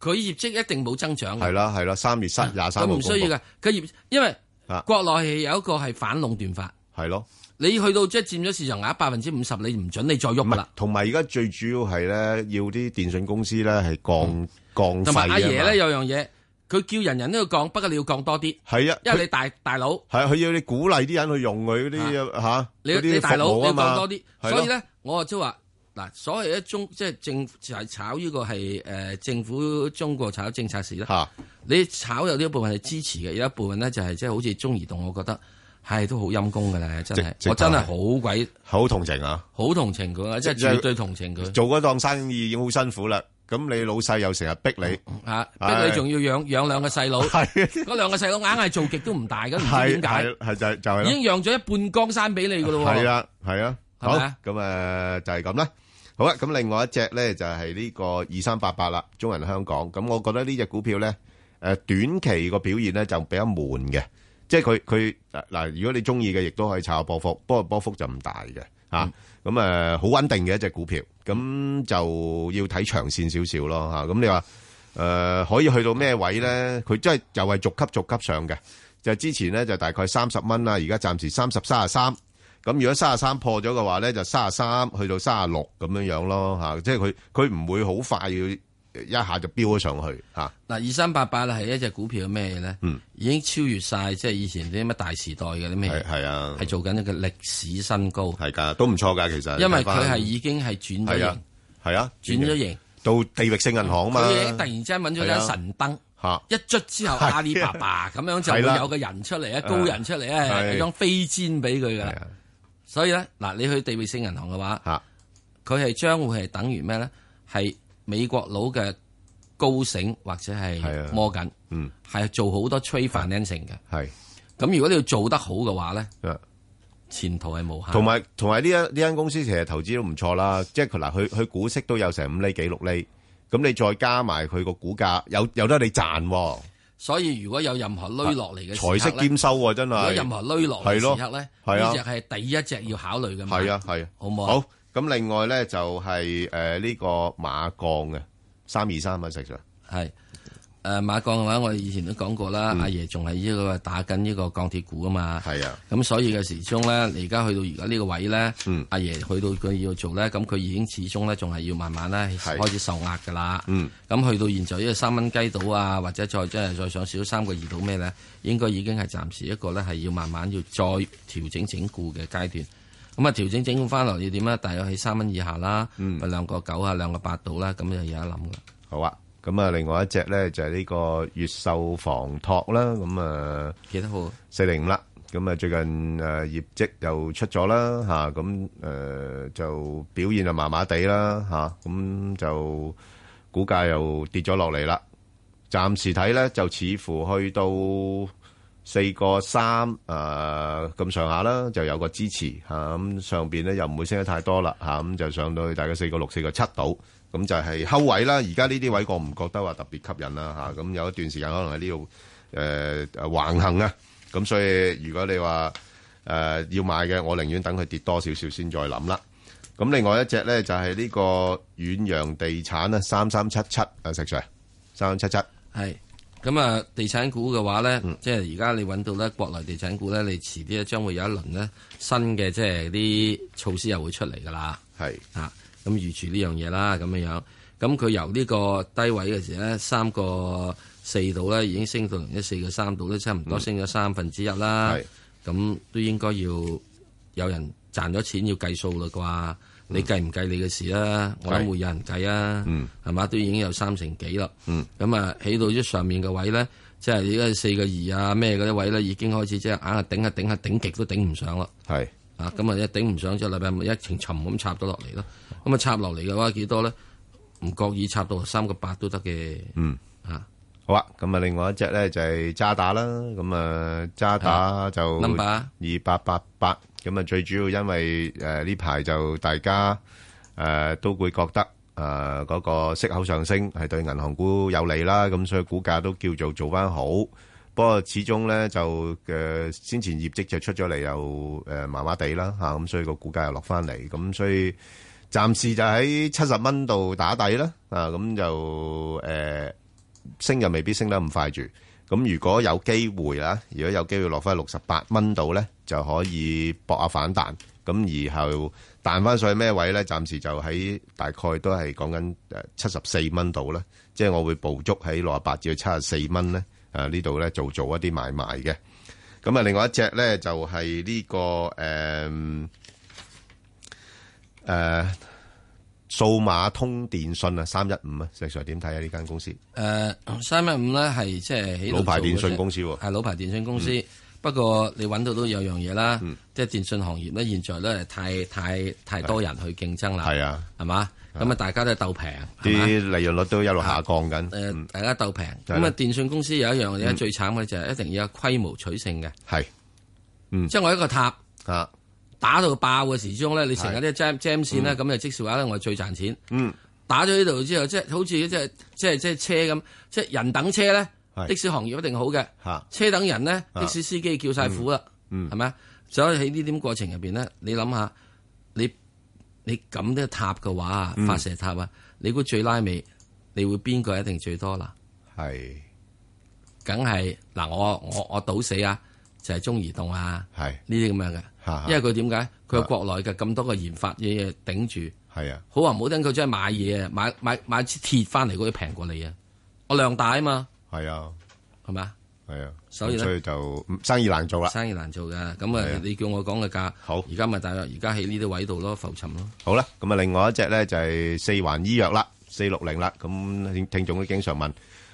Speaker 3: 佢業績一定冇增長嘅
Speaker 2: 係啦係啦，三月三廿三
Speaker 3: 佢
Speaker 2: 號
Speaker 3: 啊唔需要
Speaker 2: 嘅，
Speaker 3: 嘅。佢業因為
Speaker 2: 啊
Speaker 3: 國內係有一個係反壟斷法。
Speaker 2: 係咯，
Speaker 3: 你去到即係佔咗市場額百分之五十，你唔准你再
Speaker 2: 唔
Speaker 3: 喐
Speaker 2: 係
Speaker 3: 啦。
Speaker 2: 同埋而家最主要係咧，要啲電信公司咧係降降
Speaker 3: 嗯同埋
Speaker 2: 費
Speaker 3: 阿爺咧
Speaker 2: 啊
Speaker 3: 有樣嘢，佢叫人人都要降，不過你要降多啲，
Speaker 2: 嘛，係啊，
Speaker 3: 因為你
Speaker 2: 佢
Speaker 3: 大大佬，
Speaker 2: 係啊佢要你鼓勵啲人去用佢嗰啲吓，
Speaker 3: 啊你
Speaker 2: 嗰啲
Speaker 3: 你大佬你
Speaker 2: 服務啊
Speaker 3: 要
Speaker 2: 嘛
Speaker 3: 降多啲，
Speaker 2: 係咯
Speaker 3: 所以咧我即係話嗱，所謂一中即係政就係炒呢個係誒政府中國炒政策市啦。
Speaker 2: 吓
Speaker 3: 你炒有呢一部分係支持嘅，有一部分咧就係即係好似中移動，我覺得係都好陰公㗎啦，真係
Speaker 2: 直
Speaker 3: 我真
Speaker 2: 直
Speaker 3: 係
Speaker 2: 頭
Speaker 3: 好鬼
Speaker 2: 好同情啊！
Speaker 3: 好同情佢啊，即係
Speaker 2: 即係
Speaker 3: 絕對同情佢。
Speaker 2: 做嗰檔生意已經好辛苦啦，咁你老細又成日逼你，
Speaker 3: 啊！逼
Speaker 2: 唉
Speaker 3: 你仲要養養兩個細佬，
Speaker 2: 係
Speaker 3: 嗰兩個細佬硬係做極都唔大嘅，唔知
Speaker 2: 係
Speaker 3: 點解
Speaker 2: 係係就係就係
Speaker 3: 已
Speaker 2: 咯
Speaker 3: 經。養咗一半江山俾你噶咯喎。
Speaker 2: 係，啊，係啊，
Speaker 3: 係
Speaker 2: 好
Speaker 3: 咪啊
Speaker 2: 咁诶，就係咁啦。好啦，咁另外一隻咧就係呢個二三八八啦，中銀香港。咁我覺得呢只股票咧，诶短期個表現咧就比較悶嘅，即係佢佢嗱嗱，如果你中意嘅，亦都可以炒下波幅，不過波幅就唔大嘅
Speaker 3: 嗯
Speaker 2: 吓。咁诶，好穩定嘅一隻股票，咁就要睇長線少少咯呃吓。咁你話诶可以去到咩位咧？佢真係又係逐級逐級上嘅。就之前咧就大概三十蚊啦，而家暫時三十三啊三。咁如果三啊三破咗嘅話咧，就三啊三去到三啊六咁樣樣咯嚇，即係佢佢唔會好快要一下就飆咗上去嚇。
Speaker 3: 嗱，二三八八係一隻股票咩咧？
Speaker 2: 嗯
Speaker 3: 已經超越晒即係以前啲乜大時代嘅啲咩
Speaker 2: 係
Speaker 3: 嘢，
Speaker 2: 係啊，
Speaker 3: 係做緊一個歷史新高，
Speaker 2: 係㗎，都唔錯㗎其實。
Speaker 3: 因為
Speaker 2: 睇返
Speaker 3: 佢係已經係轉咗
Speaker 2: 係啊
Speaker 3: 型，
Speaker 2: 係啊，
Speaker 3: 轉咗型，
Speaker 2: 到地域性銀行嘛
Speaker 3: 佢已經突然之間揾咗
Speaker 2: 係
Speaker 3: 間
Speaker 2: 啊
Speaker 3: 神燈。
Speaker 2: 嚇。
Speaker 3: 一卒之後，
Speaker 2: 係啊
Speaker 3: 阿里巴巴咁樣就會
Speaker 2: 係啦
Speaker 3: 有個人出嚟啊，高人出嚟啊，
Speaker 2: 係
Speaker 3: 有張飛氈俾佢噶
Speaker 2: 係
Speaker 3: 啦。
Speaker 2: 啊
Speaker 3: 所以咧，嗱，你去地域性銀行嘅話，
Speaker 2: 嚇
Speaker 3: 佢係將會係等於咩咧？係美國佬嘅高盛或者
Speaker 2: 係
Speaker 3: 係
Speaker 2: 啊
Speaker 3: 摩緊，
Speaker 2: 嗯
Speaker 3: 係做好多 trade financing 嘅。
Speaker 2: 係。
Speaker 3: 咁如果你要做得好嘅話咧，
Speaker 2: 啊
Speaker 3: 前途係無限。
Speaker 2: 同埋同埋呢一呢間公司其實投資都唔錯啦，即係佢嗱，佢佢股息都有成五厘幾六厘，咁你再加埋佢個股價，有有得你賺喎，
Speaker 3: 所以如果有任何攞落嚟嘅
Speaker 2: 財
Speaker 3: 時
Speaker 2: 息
Speaker 3: 刻咧，
Speaker 2: 兼收喎，真
Speaker 3: 如果
Speaker 2: 係。
Speaker 3: 任何攞落嚟嘅
Speaker 2: 係咯
Speaker 3: 時刻咧，
Speaker 2: 係啊
Speaker 3: 呢只係第一隻要考慮嘅。
Speaker 2: 係啊，係啊，
Speaker 3: 好唔好啊
Speaker 2: 好咁，另外咧就係誒呢個馬鋼嘅三二三啊，石 Sir
Speaker 3: 係誒馬鋼嘅話，我哋以前都講過
Speaker 2: 嗯
Speaker 3: 啦，阿爺仲係呢個打緊呢個鋼鐵股啊嘛。
Speaker 2: 係啊，
Speaker 3: 咁所以嘅時鐘咧，你而家去到而家呢個位咧
Speaker 2: 嗯，
Speaker 3: 阿爺去到佢要做咧，咁佢已經始終咧仲係要慢慢咧
Speaker 2: 係
Speaker 3: 開始受壓噶啦。
Speaker 2: 嗯，
Speaker 3: 咁去到現在呢個三蚊雞到啊，或者再即係再上少三個二到咩咧，應該已經係暫時一個咧係要慢慢要再調整整固嘅階段。咁啊，調整整固翻落要點咧？大約喺三蚊以下啦，
Speaker 2: 嗯
Speaker 3: 咪兩個九啊，兩個八到啦，咁就有得諗噶。
Speaker 2: 好啊。咁啊，另外一隻咧就係呢個越秀房託啦，咁啊。
Speaker 3: 幾多號？
Speaker 2: 四零五啦。咁啊，最近誒、呃、業績又出咗啦嚇，咁、誒就表現啊麻麻地啦嚇，咁、就股價又跌咗落嚟啦。暫時睇咧，就似乎去到四個三誒咁上下啦，就有個支持嚇。咁、上邊咧又唔會升得太多啦嚇，咁、就上到去大概四個六、四個七度。咁就係後位啦，而家呢啲位我唔覺得話特別吸引啦嚇。咁、有一段時間可能喺呢度誒誒橫行啊。咁所以如果你話誒、呃要買嘅，我寧願等佢跌多少少先再諗啦。咁另外一隻咧就係、呢個遠洋地產啦，三三七七啊，石 Sir，三三七七
Speaker 3: 係咁啊，地產股嘅話咧，即係而家你揾到咧國內地產股咧，你遲啲咧將會有一輪咧新嘅即係啲措施又會出嚟噶啦，
Speaker 2: 係
Speaker 3: 啊，咁預住呢樣嘢啦，咁樣樣，咁佢由呢個低位嘅時咧三個四度咧已經升到零一四個三度咧，差唔多升咗三分之一啦
Speaker 2: 係，
Speaker 3: 咁都應該要有人賺咗錢要計數啦
Speaker 2: 嗯
Speaker 3: 啩。你計唔計你嘅事啦？我諗
Speaker 2: 係
Speaker 3: 會有人計啊
Speaker 2: 嗯，
Speaker 3: 係嘛、都已經有三成幾啦。
Speaker 2: 嗯
Speaker 3: 咁啊，起到啲上面嘅位咧，即係而家四個二啊咩嗰啲位咧，已經開始即係硬係頂下頂下啊頂極都頂唔上啦。
Speaker 2: 係
Speaker 3: 啊，咁啊一頂唔上之後，禮拜五一程沉咁插咗落嚟咯。咁啊插落嚟嘅話幾多咧？唔覺意插到三個八都得嘅。
Speaker 2: 嗯
Speaker 3: 啊
Speaker 2: 好啊。咁啊，另外一隻咧就係渣打啦。咁啊，渣打就
Speaker 3: number 啊
Speaker 2: 二八八八。咁啊，最主要因為誒呢排就大家誒、呃都會覺得誒嗰、個息口上升係對銀行股有利啦，咁所以股價都叫做做翻好。不過始終咧就誒、呃先前業績就出咗嚟又誒麻麻地啦嚇，咁、所以個股價又落翻嚟，咁所以暫時就喺七十蚊度打底啦，啊咁就誒、呃升又未必升得咁快住。咁如果有機會啦，如果有機會落翻六十八蚊度咧，就可以搏下反彈。咁然後彈翻上去咩位咧？暫時就喺大概都係講緊誒七十四蚊度啦。即係我會捕捉喺六十八至七十四蚊咧。誒呢度咧做做一啲買賣嘅。咁啊，另外一隻咧就係呢、個誒誒、數碼通電信啊，三一五啊，石 Sir 點睇啊？呢間公司
Speaker 3: 誒三一五咧係即係喺度
Speaker 2: 老牌
Speaker 3: 做嘅
Speaker 2: 電信
Speaker 3: 啫
Speaker 2: 公司喎嗯
Speaker 3: 係老牌電信公司。不過你揾到都有樣嘢啦，即係電信行業咧，現在咧太太太多人去競爭啦，
Speaker 2: 係啊，
Speaker 3: 係嘛？咁啊，大家都係鬥平，係嘛？
Speaker 2: 啲利潤率都一路下降緊。
Speaker 3: 誒，大家鬥平。
Speaker 2: 係
Speaker 3: 咁
Speaker 2: 啦嗯
Speaker 3: 啊，電信公司有一樣嘢最慘嘅就係一定要有規模取勝嘅，
Speaker 2: 係
Speaker 3: 即係我一個塔。
Speaker 2: 啊，
Speaker 3: 打到爆嘅時鐘咧，你成日啲 jam jam 線咧，咁就即時話咧，我係最賺錢。
Speaker 2: 嗯，
Speaker 3: 打咗呢度之後，即係好似即係即係即係車咁，即係人等車咧，
Speaker 2: 係
Speaker 3: 的士行業一定好嘅。
Speaker 2: 嚇
Speaker 3: 車等人咧，
Speaker 2: 啊
Speaker 3: 的士司機叫晒苦啦，
Speaker 2: 嗯嗯
Speaker 3: 係咪啊？所以喺呢點過程入邊咧，你諗下，你你咁嘅塔嘅話，
Speaker 2: 嗯
Speaker 3: 發射塔啊，你估最拉尾，你會邊個一定最多啦？
Speaker 2: 係
Speaker 3: 梗係嗱，我我我賭死啊，就係中移動啊，
Speaker 2: 係
Speaker 3: 呢啲咁樣嘅。
Speaker 2: 嚇
Speaker 3: 因為佢點解佢有
Speaker 2: 啊
Speaker 3: 國內嘅咁多嘅研發嘢頂住，
Speaker 2: 係啊，
Speaker 3: 好話唔好聽，佢真係買嘢啊，買買買支鐵翻嚟嗰啲平過你啊，我量大啊嘛，
Speaker 2: 係啊，
Speaker 3: 係咪啊？
Speaker 2: 係啊，
Speaker 3: 所以咧
Speaker 2: 咁所以就嗯生意難做啦。
Speaker 3: 生意難做㗎，咁
Speaker 2: 係
Speaker 3: 啊
Speaker 2: 啊，
Speaker 3: 你叫我講嘅價，
Speaker 2: 好
Speaker 3: 而家咪大約而家喺呢啲位度咯，浮沉咯。
Speaker 2: 好啦，咁啊，另外一隻咧就係四環醫藥啦，四六零啦，咁聽聽眾都經常問。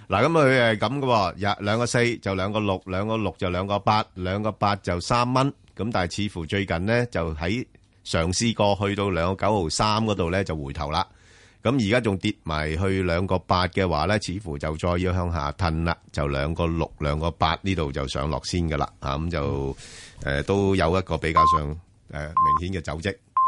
Speaker 2: 嗱，咁佢誒咁嘅喎，廿兩個四就兩個六，兩個六就兩個八，兩個八就三蚊。咁但係似乎最近呢，就喺嘗試過去到兩個九毫三嗰度咧就回頭啦。咁而家仲跌埋去兩個八嘅話咧，似乎就再要向下褪啦，就兩個六、兩個八呢度就上落先噶啦，啊咁就誒、呃都有一個比較上誒、呃明顯嘅走跡。